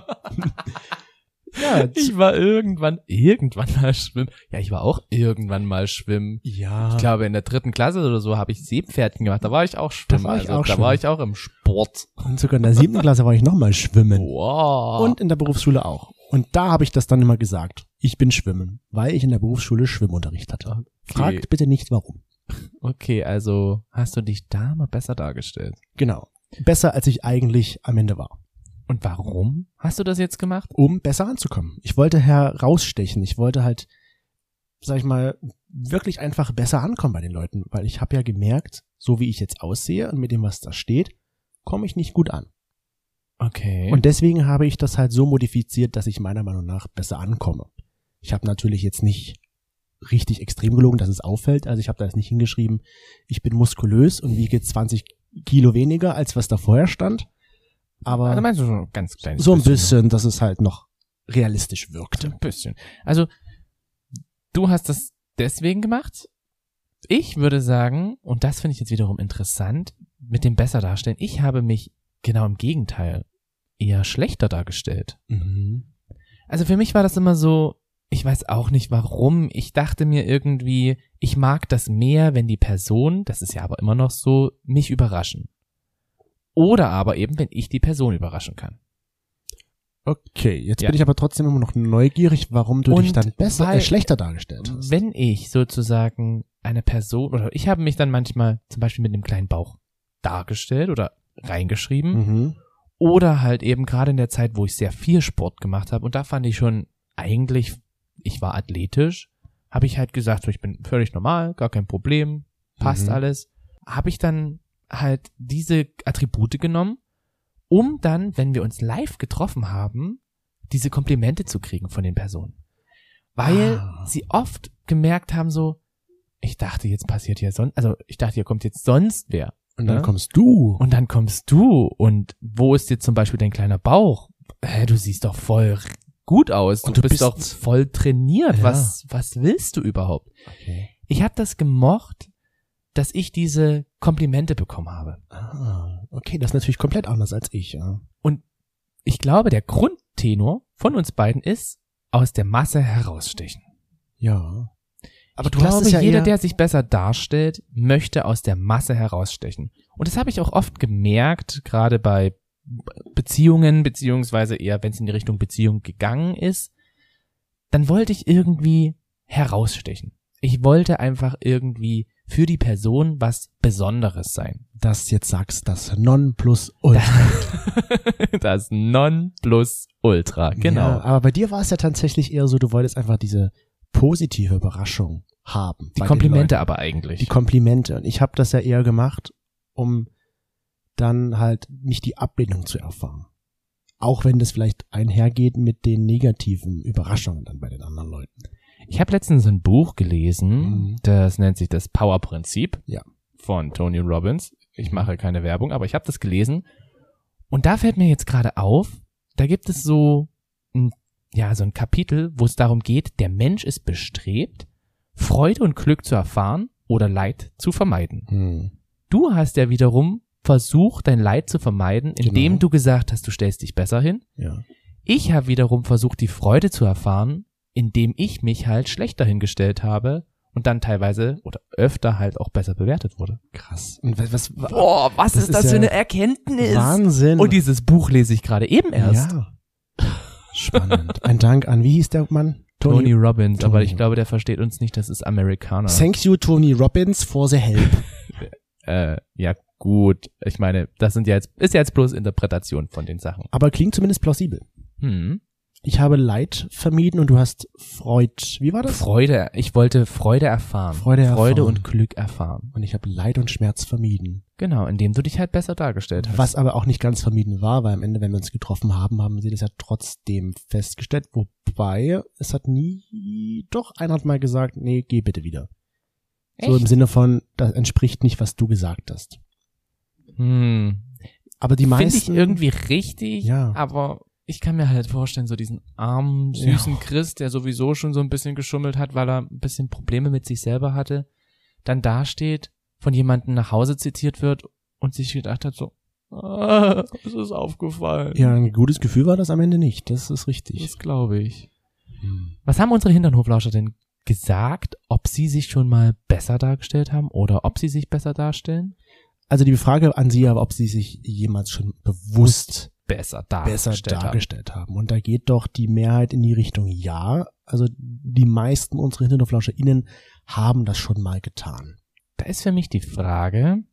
Speaker 1: ja, z-
Speaker 2: ich war irgendwann, irgendwann mal schwimmen. Ja, ich war auch irgendwann mal schwimmen.
Speaker 1: ja.
Speaker 2: Ich glaube, in der dritten Klasse oder so habe ich Seepferdchen gemacht. Da war ich auch schwimmen.
Speaker 1: war ich
Speaker 2: also,
Speaker 1: auch
Speaker 2: da war ich auch im Sport.
Speaker 1: Und sogar in der siebten Klasse war ich nochmal schwimmen.
Speaker 2: Wow.
Speaker 1: Und in der Berufsschule auch. Und da habe ich das dann immer gesagt. Ich bin schwimmen, weil ich in der Berufsschule Schwimmunterricht hatte. Fragt bitte nicht warum.
Speaker 2: okay, also hast du dich da mal besser dargestellt.
Speaker 1: Genau. Besser als ich eigentlich am Ende war.
Speaker 2: Und warum hast du das jetzt gemacht?
Speaker 1: um besser anzukommen. Ich wollte herausstechen. Ich wollte halt, sag ich mal, wirklich einfach besser ankommen bei den Leuten, weil ich habe ja gemerkt, so wie ich jetzt aussehe und mit dem, was da steht, komme ich nicht gut an.
Speaker 2: Okay.
Speaker 1: Und deswegen habe ich das halt so modifiziert, dass ich meiner Meinung nach besser ankomme. Ich habe natürlich jetzt nicht richtig extrem gelogen, dass es auffällt. Also ich habe da jetzt nicht hingeschrieben, ich bin muskulös und wiege 20 Kilo weniger, als was da vorher stand. Aber
Speaker 2: also meinst du schon ein ganz klein
Speaker 1: so ein bisschen, dass es halt noch realistisch wirkte.
Speaker 2: Ein bisschen. Also, du hast das deswegen gemacht. Ich würde sagen, und das finde ich jetzt wiederum interessant, mit dem besser darstellen. Ich habe mich genau im Gegenteil eher schlechter dargestellt. Also für mich war das immer so, ich weiß auch nicht warum. Ich dachte mir irgendwie, ich mag das mehr, wenn die Person, das ist ja aber immer noch so, mich überraschen. Oder aber eben, wenn ich die Person überraschen kann.
Speaker 1: Okay, jetzt
Speaker 2: Ja.
Speaker 1: bin ich aber trotzdem immer noch neugierig, warum du dich
Speaker 2: Und
Speaker 1: dann besser,
Speaker 2: weil-
Speaker 1: äh, schlechter dargestellt hast.
Speaker 2: wenn ich sozusagen eine Person oder ich habe mich dann manchmal zum Beispiel mit einem kleinen Bauch dargestellt oder reingeschrieben
Speaker 1: Mhm.
Speaker 2: oder halt eben gerade in der Zeit, wo ich sehr viel Sport gemacht habe und da fand ich schon eigentlich, ich war athletisch, habe ich halt gesagt, so, ich bin völlig normal, gar kein Problem, passt
Speaker 1: Mhm.
Speaker 2: alles, habe ich dann halt diese Attribute genommen, um dann, wenn wir uns live getroffen haben, diese Komplimente zu kriegen von den Personen. Weil
Speaker 1: Ah.
Speaker 2: sie oft gemerkt haben, so, ich dachte, jetzt passiert hier sonst, also ich dachte, hier kommt jetzt sonst wer.
Speaker 1: Und dann
Speaker 2: Ja.
Speaker 1: kommst du.
Speaker 2: ne? Und dann kommst du und wo ist jetzt zum Beispiel dein kleiner Bauch? Hä, du siehst doch voll r- gut aus. Du,
Speaker 1: Und du
Speaker 2: bist,
Speaker 1: bist-
Speaker 2: doch voll trainiert.
Speaker 1: Ja.
Speaker 2: Was, was willst du überhaupt?
Speaker 1: Okay.
Speaker 2: Ich habe das gemocht, dass ich diese Komplimente bekommen habe.
Speaker 1: Ah, okay, das ist natürlich komplett anders als ich. Ja.
Speaker 2: Ich glaube, der Grundtenor von uns beiden ist, aus der Masse herausstechen.
Speaker 1: ja. Aber
Speaker 2: ich
Speaker 1: du
Speaker 2: glaube,
Speaker 1: hast es ja
Speaker 2: jeder,
Speaker 1: eher,
Speaker 2: der sich besser darstellt, möchte aus der Masse herausstechen. Und das habe ich auch oft gemerkt, gerade bei Beziehungen, beziehungsweise eher, wenn es in die Richtung Beziehung gegangen ist, dann wollte ich irgendwie herausstechen. Ich wollte einfach irgendwie für die Person was Besonderes sein.
Speaker 1: das jetzt sagst, das Nonplusultra.
Speaker 2: Das Nonplusultra, genau.
Speaker 1: Ja, aber bei dir war es ja tatsächlich eher so, du wolltest einfach diese positive Überraschung haben.
Speaker 2: die
Speaker 1: bei den
Speaker 2: Komplimente
Speaker 1: Leuten.
Speaker 2: aber eigentlich.
Speaker 1: Die Komplimente. Und ich habe das ja eher gemacht, um dann halt nicht die Ablehnung zu erfahren. Auch wenn das vielleicht einhergeht mit den negativen Überraschungen dann bei den anderen Leuten.
Speaker 2: Ich habe letztens ein Buch gelesen,
Speaker 1: Mhm.
Speaker 2: das nennt sich das Power-Prinzip
Speaker 1: Ja. Mhm.
Speaker 2: von Tony Robbins. Ich mache keine Werbung, aber ich habe das gelesen. Und da fällt mir jetzt gerade auf, da gibt es so ein, ja, so ein Kapitel, wo es darum geht, der Mensch ist bestrebt, Freude und Glück zu erfahren oder Leid zu vermeiden.
Speaker 1: Hm.
Speaker 2: Du hast ja wiederum versucht, dein Leid zu vermeiden, indem
Speaker 1: Genau.
Speaker 2: du gesagt hast, du stellst dich besser hin.
Speaker 1: Ja.
Speaker 2: Ich habe wiederum versucht, die Freude zu erfahren, indem ich mich halt schlechter hingestellt habe und dann teilweise oder öfter halt auch besser bewertet wurde.
Speaker 1: Krass. Und was, was
Speaker 2: Boah, was
Speaker 1: Das ist ja
Speaker 2: Erkenntnis?
Speaker 1: Wahnsinn.
Speaker 2: Und dieses Buch lese ich gerade eben erst.
Speaker 1: Ja. Spannend. Ein Dank an, wie hieß der Mann?
Speaker 2: Tony, Robbins, aber
Speaker 1: Tony.
Speaker 2: ich glaube, der versteht uns nicht, das ist Amerikaner.
Speaker 1: Thank you, Tony Robbins, for the help.
Speaker 2: äh, ja, gut. Ich meine, das sind ja jetzt, ist ja jetzt bloß Interpretation von den Sachen.
Speaker 1: Aber klingt zumindest plausibel.
Speaker 2: Hm.
Speaker 1: Ich habe Leid vermieden und du hast Freud. Wie war das?
Speaker 2: Freude. Ich wollte Freude erfahren.
Speaker 1: Freude erfahren.
Speaker 2: Freude und Glück erfahren.
Speaker 1: Und ich habe Leid und Schmerz vermieden.
Speaker 2: Genau, indem du dich halt besser dargestellt hast.
Speaker 1: Was aber auch nicht ganz vermieden war, weil am Ende, wenn wir uns getroffen haben, haben sie das ja trotzdem festgestellt. Wobei, es hat nie, doch einer hat mal gesagt, nee, geh bitte wieder. So im Sinne von, das entspricht nicht, was du gesagt hast.
Speaker 2: Hm.
Speaker 1: Aber die
Speaker 2: Finde ich
Speaker 1: meisten.
Speaker 2: irgendwie richtig,
Speaker 1: Ja.
Speaker 2: aber ich kann mir halt vorstellen, so diesen armen, süßen Chris, der sowieso schon so ein bisschen geschummelt hat, weil er ein bisschen Probleme mit sich selber hatte, dann dasteht, von jemandem nach Hause zitiert wird und sich gedacht hat, so, ah, es ist aufgefallen.
Speaker 1: ja, ein gutes Gefühl war das am Ende nicht. Das ist richtig.
Speaker 2: Das glaube ich. Was haben unsere Hinternhoflauscher denn gesagt, ob sie sich schon mal besser dargestellt haben oder ob sie sich besser darstellen?
Speaker 1: Also die Frage an Sie aber, ob Sie sich jemals schon bewusst
Speaker 2: Besser
Speaker 1: besser
Speaker 2: dargestellt haben.
Speaker 1: dargestellt haben. Und da geht doch die Mehrheit in die Richtung Ja. Also die meisten unserer HinterdorflauscherInnen haben das schon mal getan.
Speaker 2: Da ist für mich die Frage,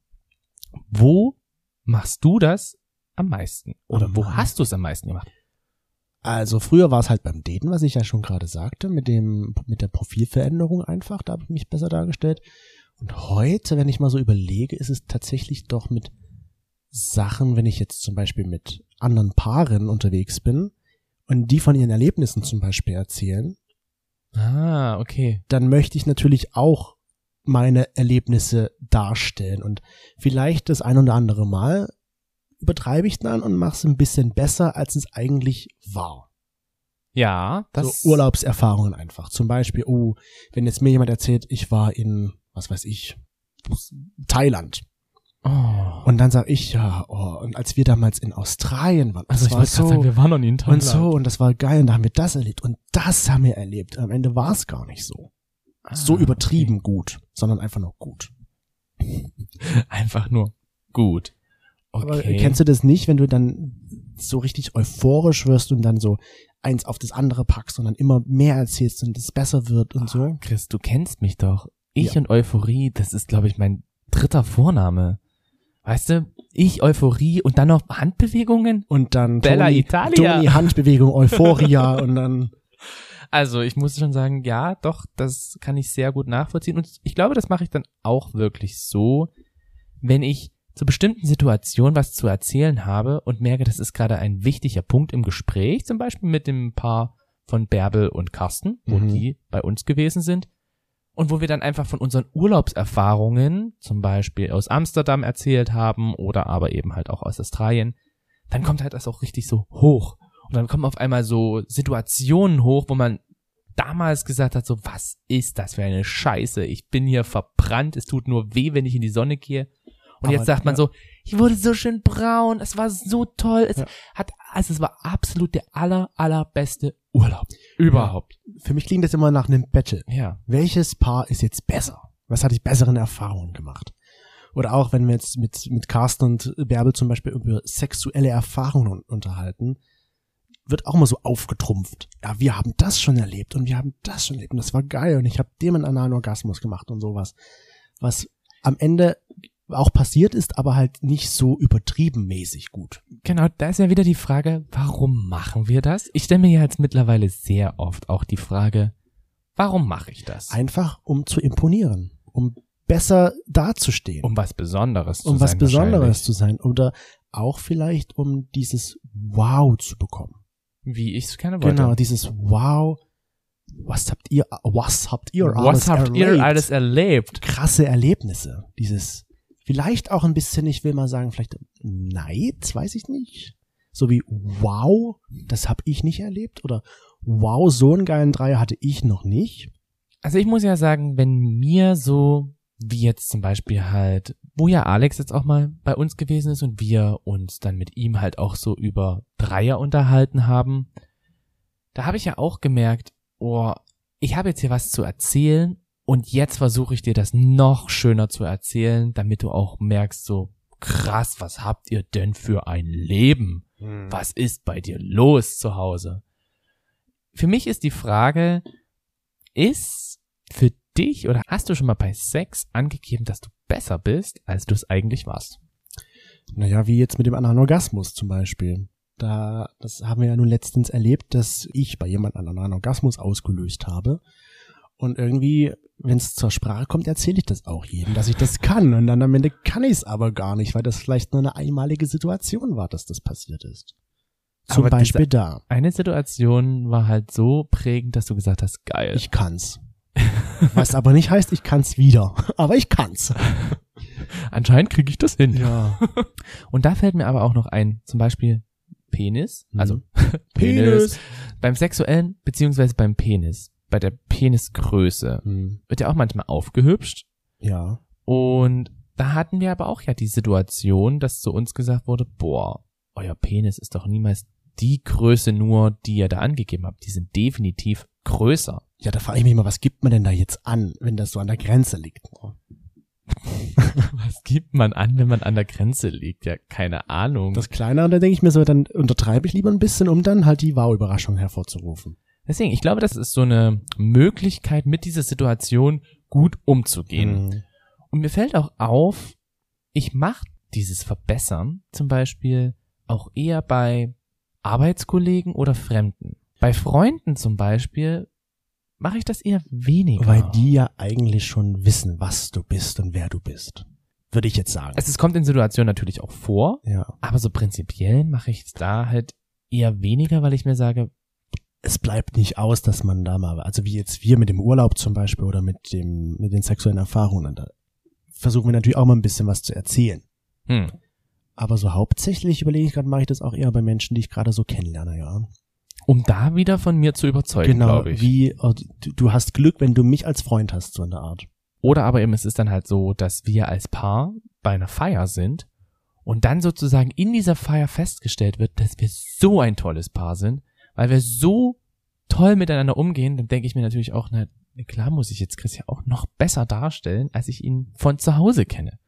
Speaker 2: wo machst du das am meisten? Oder
Speaker 1: Am
Speaker 2: wo
Speaker 1: meisten.
Speaker 2: hast du es am meisten gemacht?
Speaker 1: Also früher war es halt beim Daten, was ich ja schon gerade sagte, mit dem mit der Profilveränderung einfach, da habe ich mich besser dargestellt. Und heute, wenn ich mal so überlege, ist es tatsächlich doch mit Sachen, wenn ich jetzt zum Beispiel mit anderen Paaren unterwegs bin und die von ihren Erlebnissen zum Beispiel erzählen,
Speaker 2: Ah, okay.
Speaker 1: dann möchte ich natürlich auch meine Erlebnisse darstellen und vielleicht das ein oder andere Mal übertreibe ich dann und mache es ein bisschen besser, als es eigentlich war.
Speaker 2: Ja, das
Speaker 1: so Urlaubserfahrungen einfach. Zum Beispiel, oh, wenn jetzt mir jemand erzählt, ich war in, was weiß ich, Thailand.
Speaker 2: Oh.
Speaker 1: Und dann sage ich, ja, oh, und als wir damals in Australien waren,
Speaker 2: Also
Speaker 1: das
Speaker 2: ich
Speaker 1: war
Speaker 2: wollte gerade sagen, wir waren noch nie in
Speaker 1: und
Speaker 2: Thailand.
Speaker 1: so, und das war geil, und da haben wir das erlebt, und das haben wir erlebt. Am Ende war es gar nicht so.
Speaker 2: Ah,
Speaker 1: so übertrieben gut, sondern einfach nur gut.
Speaker 2: okay. Einfach nur gut.
Speaker 1: Aber äh,
Speaker 2: Okay.
Speaker 1: kennst du das nicht, wenn du dann so richtig euphorisch wirst und dann so eins auf das andere packst und dann immer mehr erzählst und es besser wird und so?
Speaker 2: Chris, du kennst mich doch. Ich
Speaker 1: Ja.
Speaker 2: und Euphorie, das ist, glaube ich, mein dritter Vorname. Weißt du, ich, Euphorie und dann noch Handbewegungen?
Speaker 1: Und dann
Speaker 2: Bella
Speaker 1: Toni,
Speaker 2: Italia.
Speaker 1: Toni Handbewegung, Euphoria und dann
Speaker 2: Also, ich muss schon sagen, ja, doch, das kann ich sehr gut nachvollziehen. Und ich glaube, das mache ich dann auch wirklich so, wenn ich zu bestimmten Situationen was zu erzählen habe und merke, das ist gerade ein wichtiger Punkt im Gespräch, zum Beispiel mit dem Paar von Bärbel und Carsten, wo
Speaker 1: Mhm.
Speaker 2: die bei uns gewesen sind. Und wo wir dann einfach von unseren Urlaubserfahrungen, zum Beispiel aus Amsterdam erzählt haben oder aber eben halt auch aus Australien, dann kommt halt das auch richtig so hoch. Und dann kommen auf einmal so Situationen hoch, wo man damals gesagt hat, so, was ist das für eine Scheiße? Ich bin hier verbrannt, es tut nur weh, wenn ich in die Sonne gehe. Und
Speaker 1: Aber,
Speaker 2: jetzt sagt man
Speaker 1: ja.
Speaker 2: so, ich wurde so schön braun, es war so toll, es
Speaker 1: Ja.
Speaker 2: hat, also es war absolut der aller, allerbeste Urlaub. Überhaupt.
Speaker 1: für mich klingt das immer nach einem Battle.
Speaker 2: Ja.
Speaker 1: Welches Paar ist jetzt besser? Was hatte ich besseren Erfahrungen gemacht? Oder auch wenn wir jetzt mit, mit Carsten und Bärbel zum Beispiel über sexuelle Erfahrungen un- unterhalten, wird auch mal so aufgetrumpft. Ja, wir haben das schon erlebt und wir haben das schon erlebt und das war geil und ich habe dem einen analen Orgasmus gemacht und sowas. Was am Ende auch passiert ist, aber halt nicht so übertrieben mäßig gut.
Speaker 2: Genau, da ist ja wieder die Frage, warum machen wir das? Ich stelle mir ja jetzt mittlerweile sehr oft auch die Frage, warum mache ich das?
Speaker 1: Einfach um zu imponieren, um besser dazustehen,
Speaker 2: Um was Besonderes zu
Speaker 1: um was
Speaker 2: sein.
Speaker 1: Besonderes
Speaker 2: wahrscheinlich.
Speaker 1: zu sein oder auch vielleicht um dieses Wow zu bekommen.
Speaker 2: Wie ich es keine wollte.
Speaker 1: Genau, dieses Wow. Was habt ihr, was habt ihr
Speaker 2: was
Speaker 1: alles
Speaker 2: habt
Speaker 1: erlebt?
Speaker 2: ihr alles erlebt?
Speaker 1: Krasse Erlebnisse. Dieses, vielleicht auch ein bisschen, ich will mal sagen, vielleicht Neid, weiß ich nicht. So wie Wow, das hab ich nicht erlebt oder Wow, so einen geilen Dreier hatte ich noch nicht.
Speaker 2: Also ich muss ja sagen, wenn mir so, wie jetzt zum Beispiel halt, wo ja Alex jetzt auch mal bei uns gewesen ist und wir uns dann mit ihm halt auch so über Dreier unterhalten haben, da habe ich ja auch gemerkt, oh, ich habe jetzt hier was zu erzählen und jetzt versuche ich dir das noch schöner zu erzählen, damit du auch merkst, so krass, was habt ihr denn für ein Leben? Was ist bei dir los zu Hause? Für mich ist die Frage, ist für dich oder hast du schon mal bei Sex angegeben, dass du besser bist, als du es eigentlich warst?
Speaker 1: Naja, wie jetzt mit dem analen Orgasmus zum Beispiel. da, das haben wir ja nun letztens erlebt, dass ich bei jemand anderen einen Orgasmus ausgelöst habe. Und irgendwie, wenn es zur Sprache kommt, erzähle ich das auch jedem, dass ich das kann. Und dann am Ende kann ich es aber gar nicht, weil das vielleicht nur eine einmalige Situation war, dass das passiert ist. Zum
Speaker 2: Aber das-
Speaker 1: Beispiel da.
Speaker 2: Eine Situation war halt so prägend, dass du gesagt hast, geil.
Speaker 1: Ich kann's. Was aber nicht heißt, ich kann's wieder. Aber ich kann's. Hm.
Speaker 2: Anscheinend kriege ich das hin.
Speaker 1: Ja.
Speaker 2: Und da fällt mir aber auch noch ein, zum Beispiel Penis, also
Speaker 1: Mhm. Penis.
Speaker 2: beim sexuellen beziehungsweise beim Penis, bei der Penisgröße
Speaker 1: Hm.
Speaker 2: wird ja auch manchmal aufgehübscht.
Speaker 1: Ja.
Speaker 2: Und da hatten wir aber auch ja die Situation, dass zu uns gesagt wurde, boah, euer Penis ist doch niemals die Größe nur, die ihr da angegeben habt. Die sind definitiv größer.
Speaker 1: Ja, da frage ich mich mal, was gibt man denn da jetzt an, wenn das so an der Grenze liegt?
Speaker 2: Was gibt man an, wenn man an der Grenze liegt? Ja, keine Ahnung.
Speaker 1: Das Kleine, da denke ich mir so, dann untertreibe ich lieber ein bisschen, um dann halt die Wow-Überraschung hervorzurufen.
Speaker 2: Deswegen, ich glaube, das ist so eine Möglichkeit, mit dieser Situation gut umzugehen.
Speaker 1: Mhm.
Speaker 2: Und mir fällt auch auf, ich mache dieses Verbessern zum Beispiel auch eher bei Arbeitskollegen oder Fremden. Bei Freunden zum Beispiel mache ich das eher weniger.
Speaker 1: Weil die ja eigentlich schon wissen, was du bist und wer du bist. Würde ich jetzt sagen.
Speaker 2: Also es kommt in Situationen natürlich auch vor,
Speaker 1: Ja.
Speaker 2: aber so prinzipiell mache ich es da halt eher weniger, weil ich mir sage,
Speaker 1: Es bleibt nicht aus, dass man da mal, also wie jetzt wir mit dem Urlaub zum Beispiel oder mit dem, mit den sexuellen Erfahrungen, da versuchen wir natürlich auch mal ein bisschen was zu erzählen.
Speaker 2: hm,
Speaker 1: Aber so hauptsächlich überlege ich gerade, mache ich das auch eher bei Menschen, die ich gerade so kennenlerne, ja.
Speaker 2: um da wieder von mir zu überzeugen,
Speaker 1: Genau,
Speaker 2: glaube ich.
Speaker 1: wie, oh, du, du hast Glück, wenn du mich als Freund hast, so eine Art.
Speaker 2: Oder aber eben es ist dann halt so, dass wir als Paar bei einer Feier sind und dann sozusagen in dieser Feier festgestellt wird, dass wir so ein tolles Paar sind, weil wir so toll miteinander umgehen, dann denke ich mir natürlich auch, na klar muss ich jetzt Chris ja auch noch besser darstellen, als ich ihn von zu Hause kenne.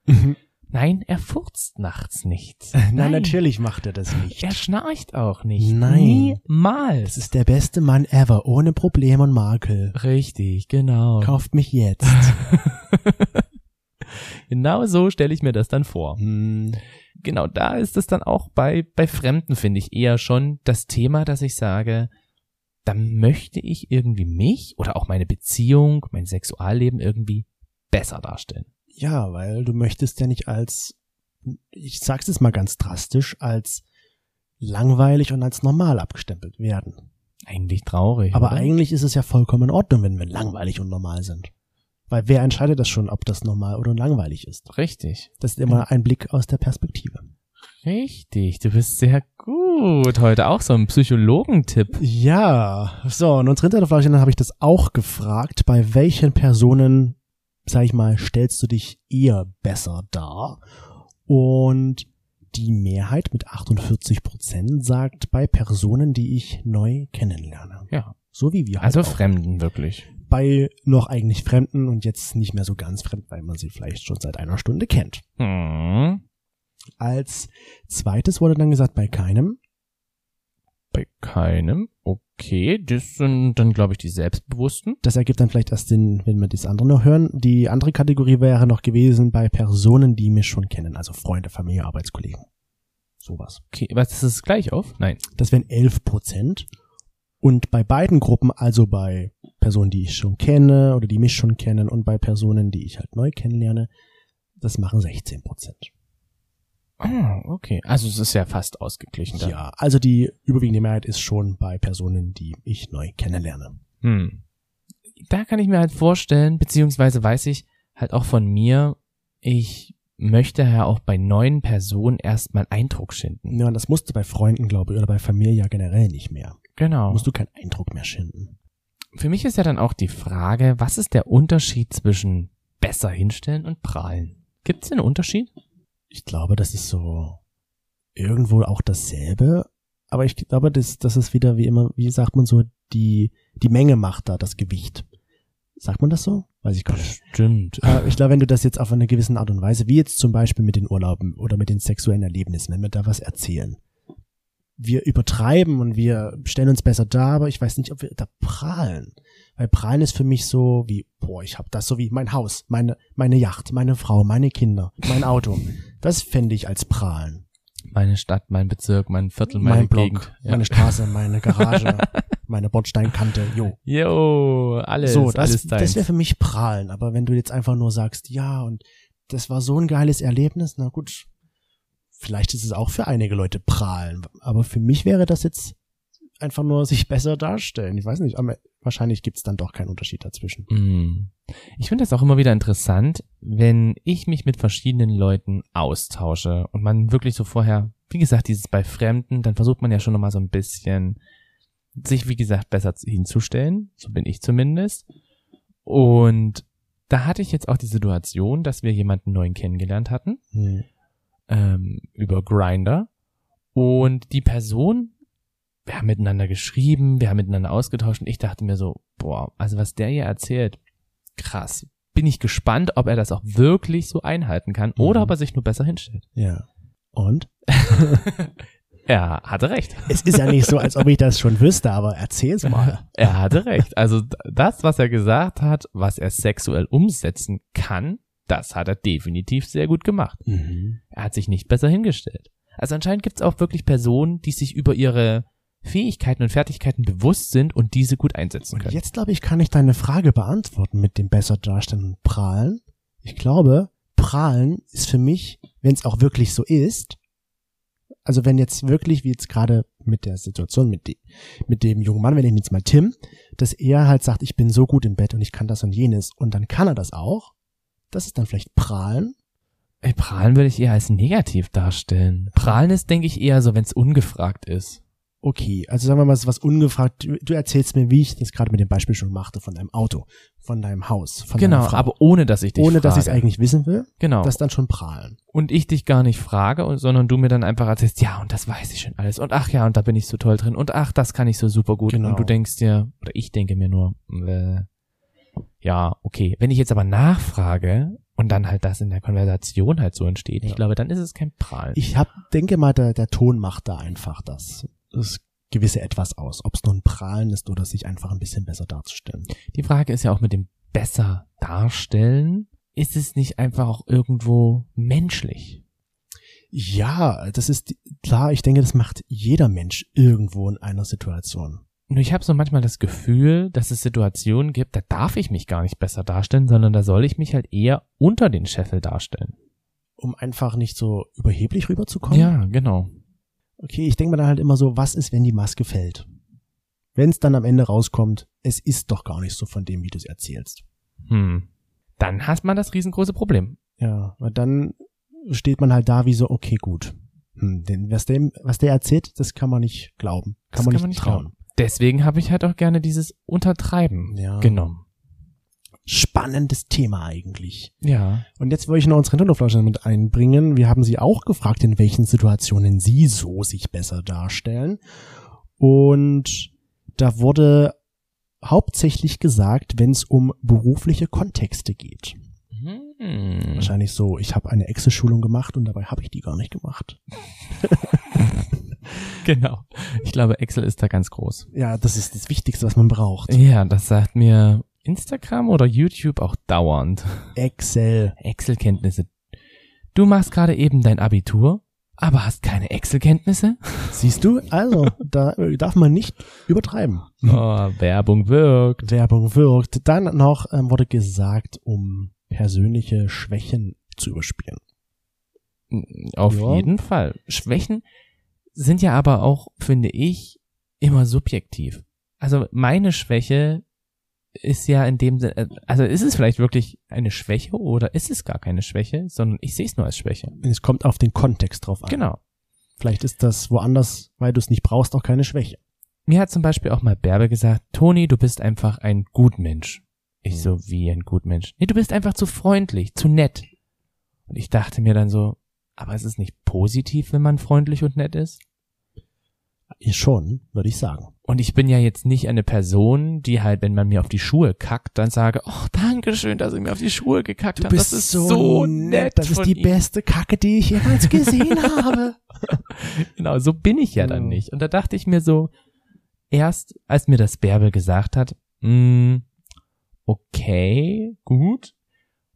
Speaker 2: Nein, er furzt nachts nicht.
Speaker 1: Nein, natürlich macht er das nicht.
Speaker 2: Er schnarcht auch nicht.
Speaker 1: Nein.
Speaker 2: Niemals.
Speaker 1: Das ist der beste Mann ever, ohne Problem und Makel.
Speaker 2: Richtig, genau.
Speaker 1: Kauft mich jetzt.
Speaker 2: Genau so stelle ich mir das dann vor.
Speaker 1: Hm,
Speaker 2: genau, da ist es dann auch bei, bei Fremden, finde ich, eher schon das Thema, dass ich sage, da möchte ich irgendwie mich oder auch meine Beziehung, mein Sexualleben irgendwie besser darstellen.
Speaker 1: ja, weil du möchtest ja nicht als, ich sag's jetzt mal ganz drastisch, als langweilig und als normal abgestempelt werden.
Speaker 2: Eigentlich traurig.
Speaker 1: Aber
Speaker 2: oder?
Speaker 1: eigentlich ist es ja vollkommen in Ordnung, wenn wir langweilig und normal sind. Weil wer entscheidet das schon, ob das normal oder langweilig ist?
Speaker 2: Richtig.
Speaker 1: Das ist immer ein Blick aus der Perspektive.
Speaker 2: Richtig. Du bist sehr gut. Heute auch so ein Psychologentipp.
Speaker 1: Ja, so, und unsere Internetflasche, dann habe ich das auch gefragt, bei welchen Personen, sag ich mal, stellst du dich eher besser dar? Und die Mehrheit mit 48 Prozent sagt bei Personen, die ich neu kennenlerne.
Speaker 2: Ja.
Speaker 1: So wie wir halt
Speaker 2: Also
Speaker 1: auch.
Speaker 2: Fremden wirklich.
Speaker 1: bei noch eigentlich Fremden und jetzt nicht mehr so ganz fremd, weil man sie vielleicht schon seit einer Stunde kennt.
Speaker 2: Hm.
Speaker 1: Als zweites wurde dann gesagt, bei keinem.
Speaker 2: Bei keinem. Okay, das sind dann, glaube ich, die Selbstbewussten.
Speaker 1: Das ergibt dann vielleicht erst den, wenn wir das andere noch hören. Die andere Kategorie wäre noch gewesen bei Personen, die mich schon kennen, also Freunde, Familie, Arbeitskollegen. Sowas.
Speaker 2: Okay, was ist es gleich auf? Nein.
Speaker 1: Das wären 11 Prozent. Und bei beiden Gruppen, also bei Personen, die ich schon kenne oder die mich schon kennen und bei Personen, die ich halt neu kennenlerne, das machen 16 Prozent.
Speaker 2: Ah, okay. Also es ist ja fast ausgeglichen. Dann.
Speaker 1: Ja, also die überwiegende Mehrheit ist schon bei Personen, die ich neu kennenlerne.
Speaker 2: Hm. Da kann ich mir halt vorstellen, beziehungsweise weiß ich halt auch von mir, ich möchte ja auch bei neuen Personen erstmal Eindruck schinden.
Speaker 1: Ja, und das musst du bei Freunden, glaube ich, oder bei Familie ja generell nicht mehr.
Speaker 2: Genau.
Speaker 1: Musst du keinen Eindruck mehr schinden.
Speaker 2: Für mich ist ja dann auch die Frage, was ist der Unterschied zwischen besser hinstellen und prahlen? Gibt es einen Unterschied?
Speaker 1: ich glaube, das ist so irgendwo auch dasselbe. Aber ich glaube, das, das ist wieder wie immer, wie sagt man so, die, die Menge macht da das Gewicht. Sagt man das so? Weiß ich gar nicht.
Speaker 2: Stimmt.
Speaker 1: Äh, Ich glaube, wenn du das jetzt auf eine gewisse Art und Weise, wie jetzt zum Beispiel mit den Urlauben oder mit den sexuellen Erlebnissen, wenn wir da was erzählen, wir übertreiben und wir stellen uns besser dar, aber ich weiß nicht, ob wir da prahlen. Weil prahlen ist für mich so wie, boah, ich habe das so wie mein Haus, meine, meine Yacht, meine Frau, meine Kinder, mein Auto. Das fände ich als prahlen.
Speaker 2: Meine Stadt, mein Bezirk, mein Viertel, meine
Speaker 1: mein Block,
Speaker 2: Gegend. Ja.
Speaker 1: meine Straße, meine Garage, meine Bordsteinkante, jo.
Speaker 2: Yo, alles,
Speaker 1: so, das,
Speaker 2: alles deins.
Speaker 1: das wäre für mich prahlen, aber wenn du jetzt einfach nur sagst, ja, und das war so ein geiles Erlebnis, na gut, vielleicht ist es auch für einige Leute prahlen, aber für mich wäre das jetzt einfach nur sich besser darstellen. Ich weiß nicht, aber wahrscheinlich gibt's dann doch keinen Unterschied dazwischen.
Speaker 2: Mm. Ich finde das auch immer wieder interessant, wenn ich mich mit verschiedenen Leuten austausche und man wirklich so vorher, wie gesagt, dieses bei Fremden, dann versucht man ja schon nochmal so ein bisschen sich, wie gesagt, besser zu- hinzustellen. So bin ich zumindest. Und da hatte ich jetzt auch die Situation, dass wir jemanden neuen kennengelernt hatten
Speaker 1: Hm.
Speaker 2: ähm, über Grinder und die Person, wir haben miteinander geschrieben, wir haben miteinander ausgetauscht und ich dachte mir so, boah, also was der hier erzählt, krass. Bin ich gespannt, ob er das auch wirklich so einhalten kann oder
Speaker 1: Mhm.
Speaker 2: ob er sich nur besser hinstellt.
Speaker 1: Ja. Und?
Speaker 2: Er hatte recht.
Speaker 1: Es ist ja nicht so, als ob ich das schon wüsste, aber erzähl's mal.
Speaker 2: Er hatte recht. Also d- das, was er gesagt hat, was er sexuell umsetzen kann, das hat er definitiv sehr gut gemacht.
Speaker 1: Mhm.
Speaker 2: Er hat sich nicht besser hingestellt. Also anscheinend gibt's auch wirklich Personen, die sich über ihre Fähigkeiten und Fertigkeiten bewusst sind und diese gut einsetzen
Speaker 1: Und
Speaker 2: können.
Speaker 1: jetzt, glaube ich, kann ich deine Frage beantworten mit dem besser darstellen und prahlen. Ich glaube, prahlen ist für mich, wenn es auch wirklich so ist, also wenn jetzt wirklich, wie jetzt gerade mit der Situation, mit, de mit dem jungen Mann, wenn ich ihn jetzt mal Tim, dass er halt sagt, ich bin so gut im Bett und ich kann das und jenes und dann kann er das auch, das ist dann vielleicht prahlen.
Speaker 2: Ey, prahlen würde ich eher als negativ darstellen. Prahlen ist, denke ich, eher so, wenn's ungefragt ist.
Speaker 1: Okay, also sagen wir mal, es ist was ungefragt. Du, du erzählst mir, wie ich das gerade mit dem Beispiel schon machte, von deinem Auto, von deinem Haus, von
Speaker 2: genau,
Speaker 1: deiner Frau,
Speaker 2: aber ohne, dass ich dich
Speaker 1: ohne dass ich es
Speaker 2: frage.
Speaker 1: eigentlich wissen will.
Speaker 2: Genau.
Speaker 1: Das ist dann schon prahlen.
Speaker 2: und ich dich gar nicht frage, und- sondern du mir dann einfach erzählst, ja, und das weiß ich schon alles. Und ach ja, und da bin ich so toll drin. Und ach, das kann ich so super gut.
Speaker 1: Genau.
Speaker 2: Und du denkst dir, oder ich denke mir nur, äh, ja, okay. Wenn ich jetzt aber nachfrage und dann halt das in der Konversation halt so entsteht, ich
Speaker 1: Ja.
Speaker 2: glaube, dann ist es kein Prahlen.
Speaker 1: Ich hab, denke mal, der, der Ton macht da einfach das, das gewisse Etwas aus. Ob es nun prahlen ist oder sich einfach ein bisschen besser darzustellen.
Speaker 2: Die Frage ist ja auch mit dem besser darstellen. Ist es nicht einfach auch irgendwo menschlich?
Speaker 1: Ja, das ist die- klar. Ich denke, das macht jeder Mensch irgendwo in einer Situation.
Speaker 2: Nur ich habe so manchmal das Gefühl, dass es Situationen gibt, da darf ich mich gar nicht besser darstellen, sondern da soll ich mich halt eher unter den Scheffel darstellen.
Speaker 1: Um einfach nicht so überheblich rüberzukommen.
Speaker 2: Ja, genau.
Speaker 1: Okay, ich denke mir dann halt immer so, was ist, wenn die Maske fällt? Wenn es dann am Ende rauskommt, es ist doch gar nicht so von dem, wie du es erzählst.
Speaker 2: Hm. Dann hat man das riesengroße Problem.
Speaker 1: Ja, weil dann steht man halt da wie so, okay, gut. Hm, denn was, dem, was der erzählt, das kann man nicht glauben. Kann,
Speaker 2: Das
Speaker 1: man, nicht trauen.
Speaker 2: glauben. Deswegen habe ich halt auch gerne dieses Untertreiben
Speaker 1: Ja.
Speaker 2: genommen.
Speaker 1: Spannendes Thema eigentlich.
Speaker 2: Ja.
Speaker 1: Und jetzt wollte ich noch unsere Nintendo-Flasche mit einbringen. Wir haben sie auch gefragt, in welchen Situationen sie so sich besser darstellen. Und da wurde hauptsächlich gesagt, wenn es um berufliche Kontexte geht.
Speaker 2: Hm.
Speaker 1: Wahrscheinlich so, ich habe eine Excel-Schulung gemacht und dabei habe ich die gar nicht gemacht.
Speaker 2: Genau. Ich glaube, Excel ist da ganz groß.
Speaker 1: Ja, das ist das Wichtigste, was man braucht.
Speaker 2: Ja, das sagt mir Instagram oder YouTube auch dauernd.
Speaker 1: Excel.
Speaker 2: Excel-Kenntnisse. Du machst gerade eben dein Abitur, aber hast keine Excel-Kenntnisse?
Speaker 1: Siehst du? Also, da darf man nicht übertreiben.
Speaker 2: Oh, Werbung wirkt.
Speaker 1: Werbung wirkt. Dann noch ähm, wurde gesagt, um persönliche Schwächen zu überspielen.
Speaker 2: Auf
Speaker 1: Ja.
Speaker 2: jeden Fall. Schwächen sind ja aber auch, finde ich, immer subjektiv. Also meine Schwäche ist ja in dem Sinne, also ist es vielleicht wirklich eine Schwäche oder ist es gar keine Schwäche, sondern ich sehe es nur als Schwäche.
Speaker 1: Es kommt auf den Kontext drauf an.
Speaker 2: Genau.
Speaker 1: Vielleicht ist das woanders, weil du es nicht brauchst, auch keine Schwäche.
Speaker 2: Mir hat zum Beispiel auch mal Bärbe gesagt, Toni, du bist einfach ein Gutmensch. Ich
Speaker 1: Mhm.
Speaker 2: so, wie ein Gutmensch? Nee, du bist einfach zu freundlich, zu nett. Und ich dachte mir dann so, aber ist es nicht positiv, wenn man freundlich und nett ist?
Speaker 1: Ich schon, würde ich sagen.
Speaker 2: Und ich bin ja jetzt nicht eine Person, die halt, wenn man mir auf die Schuhe kackt, dann sage, oh, danke schön, dass ihr mir auf die Schuhe gekackt habt. das ist so nett.
Speaker 1: Das ist
Speaker 2: von
Speaker 1: die
Speaker 2: Ihnen."
Speaker 1: beste Kacke, die ich jemals gesehen habe.
Speaker 2: Genau, so bin ich ja dann
Speaker 1: Mhm.
Speaker 2: nicht. Und da dachte ich mir so, erst als mir das Bärbel gesagt hat, mm, okay, gut.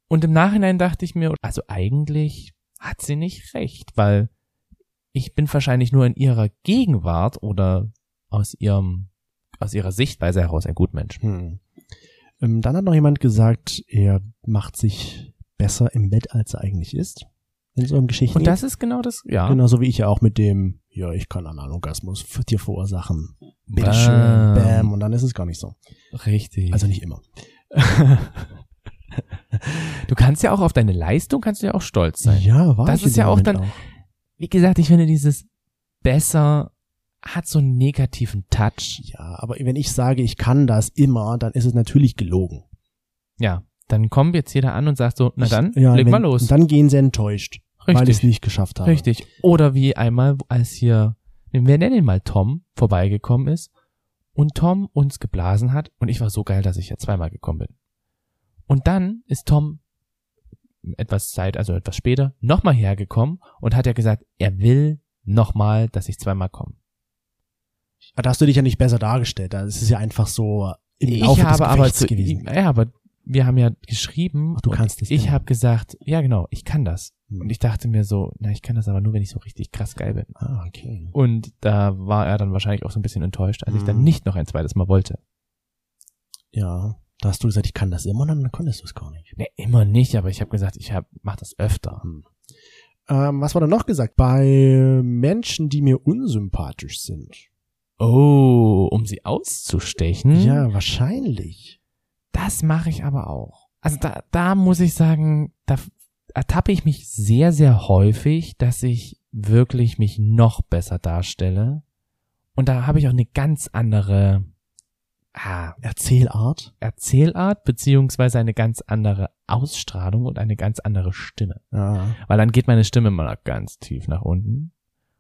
Speaker 2: Und im Nachhinein dachte ich mir, also eigentlich hat sie nicht recht, weil ich bin wahrscheinlich nur in ihrer Gegenwart oder aus ihrem, aus ihrer Sichtweise heraus ein Gutmensch.
Speaker 1: Hm. Ähm, dann hat noch jemand gesagt, er macht sich besser im Bett, als er eigentlich ist. In so einem Geschichten.
Speaker 2: Und das ist genau das, ja.
Speaker 1: Genau so wie ich ja auch mit dem, ja, ich kann einen Orgasmus für dir verursachen. Bitte
Speaker 2: Bam.
Speaker 1: schön, bam. Und dann ist es gar nicht so.
Speaker 2: Richtig.
Speaker 1: Also nicht immer.
Speaker 2: du kannst ja auch auf deine Leistung, kannst du ja auch stolz sein.
Speaker 1: Ja, war
Speaker 2: Das
Speaker 1: ich in
Speaker 2: ist ja
Speaker 1: dem
Speaker 2: auch
Speaker 1: Moment
Speaker 2: dann- Wie gesagt, ich finde dieses besser hat so einen negativen Touch.
Speaker 1: Ja, aber wenn ich sage, ich kann das immer, dann ist es natürlich gelogen.
Speaker 2: Ja. Dann kommt jetzt jeder an und sagt so, na
Speaker 1: Ich-
Speaker 2: dann,
Speaker 1: ja,
Speaker 2: leg
Speaker 1: wenn,
Speaker 2: mal los.
Speaker 1: Und dann gehen sie enttäuscht, weil ich es
Speaker 2: Richtig.
Speaker 1: nicht geschafft habe.
Speaker 2: Richtig. Oder wie einmal, als hier, wir nennen ihn mal Tom, vorbeigekommen ist und Tom uns geblasen hat und ich war so geil, dass ich ja zweimal gekommen bin. Und dann ist Tom etwas Zeit, also etwas später, nochmal hergekommen und hat ja gesagt, er will nochmal, dass ich zweimal komme.
Speaker 1: Ah, Da hast du dich ja nicht besser dargestellt. Da ist es ja einfach so im
Speaker 2: Ich
Speaker 1: Laufe des
Speaker 2: habe aber
Speaker 1: Gefechts
Speaker 2: zu,
Speaker 1: gewesen.
Speaker 2: ja, aber wir haben ja geschrieben,
Speaker 1: Ach, du
Speaker 2: und
Speaker 1: kannst das.
Speaker 2: ich
Speaker 1: ja.
Speaker 2: habe gesagt, ja genau, ich kann das.
Speaker 1: Hm.
Speaker 2: Und ich dachte mir so, na, ich kann das aber nur, wenn ich so richtig krass geil bin.
Speaker 1: Ah, okay.
Speaker 2: Und da war er dann wahrscheinlich auch so ein bisschen enttäuscht, als ich dann
Speaker 1: Mhm.
Speaker 2: nicht noch ein zweites Mal wollte.
Speaker 1: Ja, da hast du gesagt, ich kann das immer, dann konntest du es gar nicht.
Speaker 2: Ne, immer nicht, aber ich habe gesagt, ich hab, mach das öfter.
Speaker 1: Ähm, was war da noch gesagt? Bei Menschen, die mir unsympathisch sind.
Speaker 2: Oh, um sie auszustechen?
Speaker 1: Ja, wahrscheinlich.
Speaker 2: Das mache ich aber auch. Also da, da muss ich sagen, da f- ertappe ich mich sehr, sehr häufig, dass ich wirklich mich noch besser darstelle. Und da habe ich auch eine ganz andere ah,
Speaker 1: Erzählart.
Speaker 2: Erzählart, beziehungsweise eine ganz andere Ausstrahlung und eine ganz andere Stimme.
Speaker 1: Ja.
Speaker 2: Weil dann geht meine Stimme mal ganz tief nach unten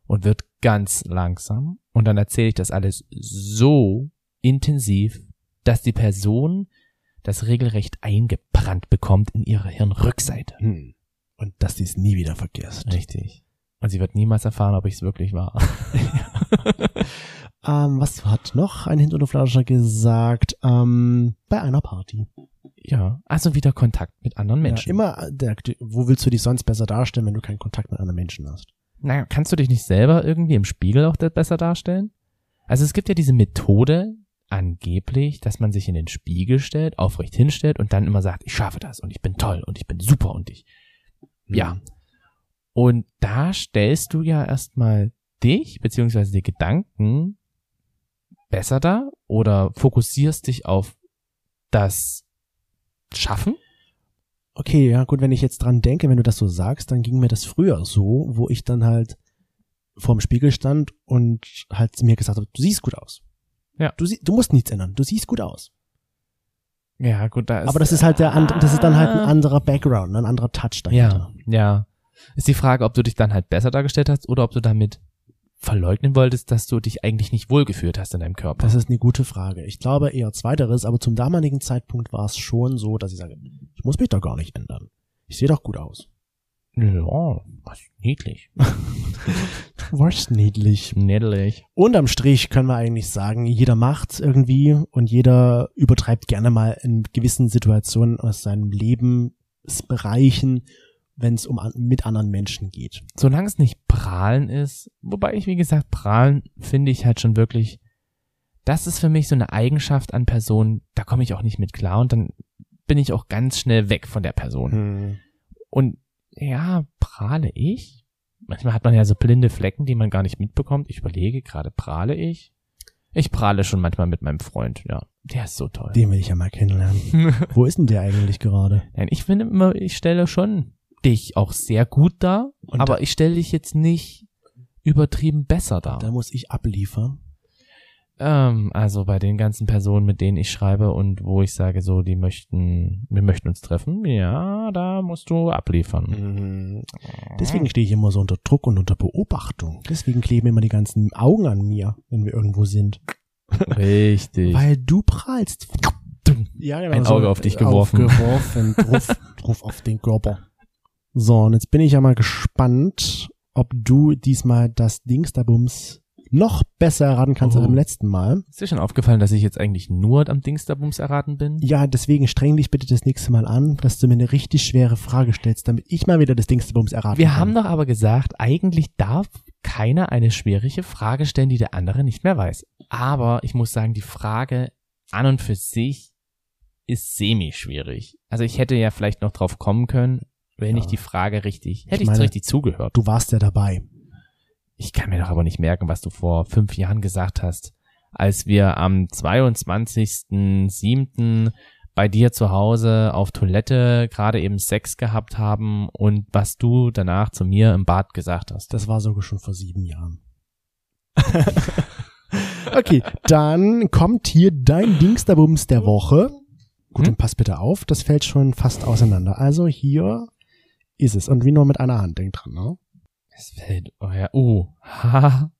Speaker 2: und wird ganz langsam. Und dann erzähle ich das alles so intensiv, dass die Person das regelrecht eingebrannt bekommt in ihre Hirnrückseite.
Speaker 1: Hm. Und dass du es nie wieder vergisst.
Speaker 2: Richtig. Und sie wird niemals erfahren, ob ich es wirklich war.
Speaker 1: Ähm, was hat noch ein Hint oder Flauscher gesagt? Ähm, bei einer Party.
Speaker 2: ja. Also wieder Kontakt mit anderen Menschen.
Speaker 1: Ja, immer, der, wo willst du dich sonst besser darstellen, wenn du keinen Kontakt mit anderen Menschen hast?
Speaker 2: Naja, kannst du dich nicht selber irgendwie im Spiegel auch da- besser darstellen? Also es gibt ja diese Methode, angeblich, dass man sich in den Spiegel stellt, aufrecht hinstellt und dann immer sagt, ich schaffe das und ich bin toll und ich bin super und ich. Ja. Und da stellst du ja erstmal dich beziehungsweise die Gedanken besser dar oder fokussierst dich auf das Schaffen.
Speaker 1: Okay, ja gut, wenn ich jetzt dran denke, wenn du das so sagst, dann ging mir das früher so, wo ich dann halt vorm Spiegel stand und halt mir gesagt habe, du siehst gut aus.
Speaker 2: Ja.
Speaker 1: Du, sie du musst nichts ändern, du siehst gut aus.
Speaker 2: Ja, gut, da ist
Speaker 1: Aber das ist halt der and das ist dann halt ein
Speaker 2: Ah.
Speaker 1: anderer Background, ein anderer Touch
Speaker 2: Ja,
Speaker 1: dahinter.
Speaker 2: ja. Ist die Frage, ob du dich dann halt besser dargestellt hast oder ob du damit verleugnen wolltest, dass du dich eigentlich nicht wohlgefühlt hast in deinem Körper.
Speaker 1: Das ist eine gute Frage. Ich glaube eher zweiteres, aber zum damaligen Zeitpunkt war es schon so, dass ich sage, ich muss mich doch gar nicht ändern. Ich sehe doch gut aus.
Speaker 2: ja, was niedlich.
Speaker 1: Du warst niedlich.
Speaker 2: Niedlich.
Speaker 1: Unterm Strich können wir eigentlich sagen, jeder macht irgendwie und jeder übertreibt gerne mal in gewissen Situationen aus seinem Lebensbereichen, wenn es um an, mit anderen Menschen geht.
Speaker 2: Solange es nicht prahlen ist, wobei ich, wie gesagt, prahlen finde ich halt schon wirklich, das ist für mich so eine Eigenschaft an Personen, da komme ich auch nicht mit klar und dann bin ich auch ganz schnell weg von der Person. Und ja, prahle ich? Manchmal hat man ja so blinde Flecken, die man gar nicht mitbekommt. Ich überlege gerade, prahle ich? Ich prahle schon manchmal mit meinem Freund, ja. Der ist so toll.
Speaker 1: Den will ich ja mal kennenlernen. Wo ist denn der eigentlich gerade?
Speaker 2: Nein, ich finde immer, ich stelle schon dich auch sehr gut dar,
Speaker 1: Und
Speaker 2: aber ich stelle dich jetzt nicht übertrieben besser dar.
Speaker 1: Da muss ich abliefern.
Speaker 2: Ähm, also bei den ganzen Personen, mit denen ich schreibe und wo ich sage, so, die möchten, wir möchten uns treffen, ja, da musst du abliefern.
Speaker 1: Mhm. Deswegen stehe ich immer so unter Druck und unter Beobachtung. Deswegen kleben immer die ganzen Augen an mir, wenn wir irgendwo sind.
Speaker 2: Richtig.
Speaker 1: Weil du prahlst. Ja, genau.
Speaker 2: Ein Auge auf dich geworfen.
Speaker 1: Aufgeworfen, drauf, drauf auf den Körper. So, und jetzt bin ich ja mal gespannt, ob du diesmal das Dingsterbums noch besser erraten kannst
Speaker 2: Oh.
Speaker 1: als beim letzten Mal.
Speaker 2: Ist dir schon aufgefallen, dass ich jetzt eigentlich nur am Dingsterbums erraten bin?
Speaker 1: Ja, deswegen streng dich bitte das nächste Mal an, dass du mir eine richtig schwere Frage stellst, damit ich mal wieder das Dingsterbums erraten
Speaker 2: Wir
Speaker 1: kann.
Speaker 2: haben doch aber gesagt, eigentlich darf, keiner eine schwierige Frage stellen, die der andere nicht mehr weiß. Aber ich muss sagen, die Frage an und für sich ist semi-schwierig. Also ich hätte ja vielleicht noch drauf kommen können, wenn
Speaker 1: Ja.
Speaker 2: ich die Frage richtig, hätte ich
Speaker 1: meine-
Speaker 2: richtig zugehört.
Speaker 1: Du warst ja dabei.
Speaker 2: Ich kann mir doch aber nicht merken, was du vor fünf Jahren gesagt hast, als wir am 22.07. bei dir zu Hause auf Toilette gerade eben Sex gehabt haben und was du danach zu mir im Bad gesagt hast.
Speaker 1: Das war sogar schon vor sieben Jahren. okay, dann kommt hier dein Dingsterbums der Woche. Gut,
Speaker 2: Hm?
Speaker 1: und pass bitte auf, das fällt schon fast auseinander. Also hier ist es. Und wie nur mit einer Hand, denk dran, ne?
Speaker 2: Es fällt euer U. Haha.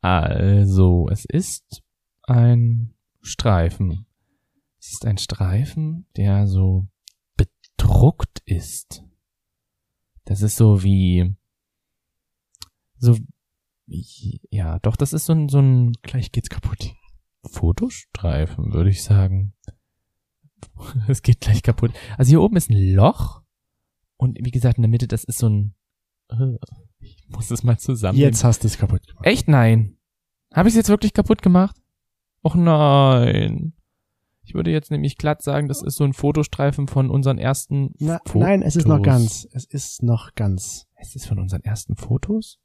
Speaker 2: also, es ist ein Streifen. Es ist ein Streifen, der so bedruckt ist. Das ist so wie so wie- ja, doch das ist so ein so ein
Speaker 1: Gleich geht's kaputt.
Speaker 2: Fotostreifen, würde ich sagen. Es geht gleich kaputt. Also hier oben ist ein Loch und wie gesagt in der Mitte, das ist so ein äh, ich muss es mal zusammen
Speaker 1: Jetzt hast du es kaputt gemacht.
Speaker 2: Echt nein. Habe ich es jetzt wirklich kaputt gemacht? Och nein. Ich würde jetzt nämlich glatt sagen, das ist so ein Fotostreifen von unseren ersten.
Speaker 1: Na,
Speaker 2: Fotos.
Speaker 1: nein, es ist noch ganz. Es ist noch ganz.
Speaker 2: Es ist von unseren ersten Fotos?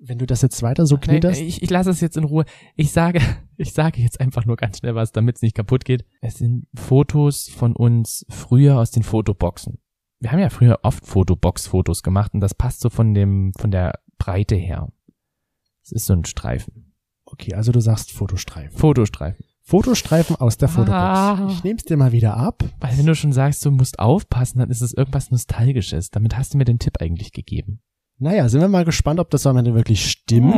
Speaker 1: Wenn du das jetzt weiter so
Speaker 2: Nein,
Speaker 1: knetest,
Speaker 2: ich, ich lasse es jetzt in Ruhe. Ich sage, ich sage jetzt einfach nur ganz schnell was, damit es nicht kaputt geht. Es sind Fotos von uns früher aus den Fotoboxen. Wir haben ja früher oft Fotobox-Fotos gemacht und das passt so von dem, von der Breite her. Es ist so ein Streifen.
Speaker 1: okay, also du sagst Fotostreifen.
Speaker 2: Fotostreifen.
Speaker 1: Fotostreifen aus der Fotobox.
Speaker 2: Ah.
Speaker 1: Ich nehm's dir mal wieder ab.
Speaker 2: Weil wenn du schon sagst, du musst aufpassen, dann ist es irgendwas Nostalgisches. Damit hast du mir den Tipp eigentlich gegeben.
Speaker 1: Naja, sind wir mal gespannt, ob das am Ende wirklich stimmt.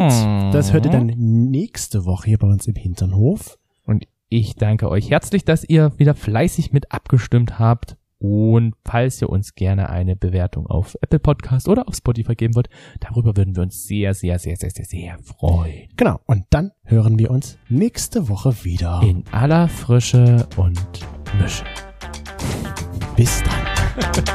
Speaker 1: Das hört ihr dann nächste Woche hier bei uns im Hinternhof.
Speaker 2: Und ich danke euch herzlich, dass ihr wieder fleißig mit abgestimmt habt. Und falls ihr uns gerne eine Bewertung auf Apple Podcast oder auf Spotify geben wollt, darüber würden wir uns sehr, sehr, sehr, sehr, sehr, sehr freuen.
Speaker 1: Genau. Und dann hören wir uns nächste Woche wieder.
Speaker 2: In aller Frische und Mische.
Speaker 1: Bis dann.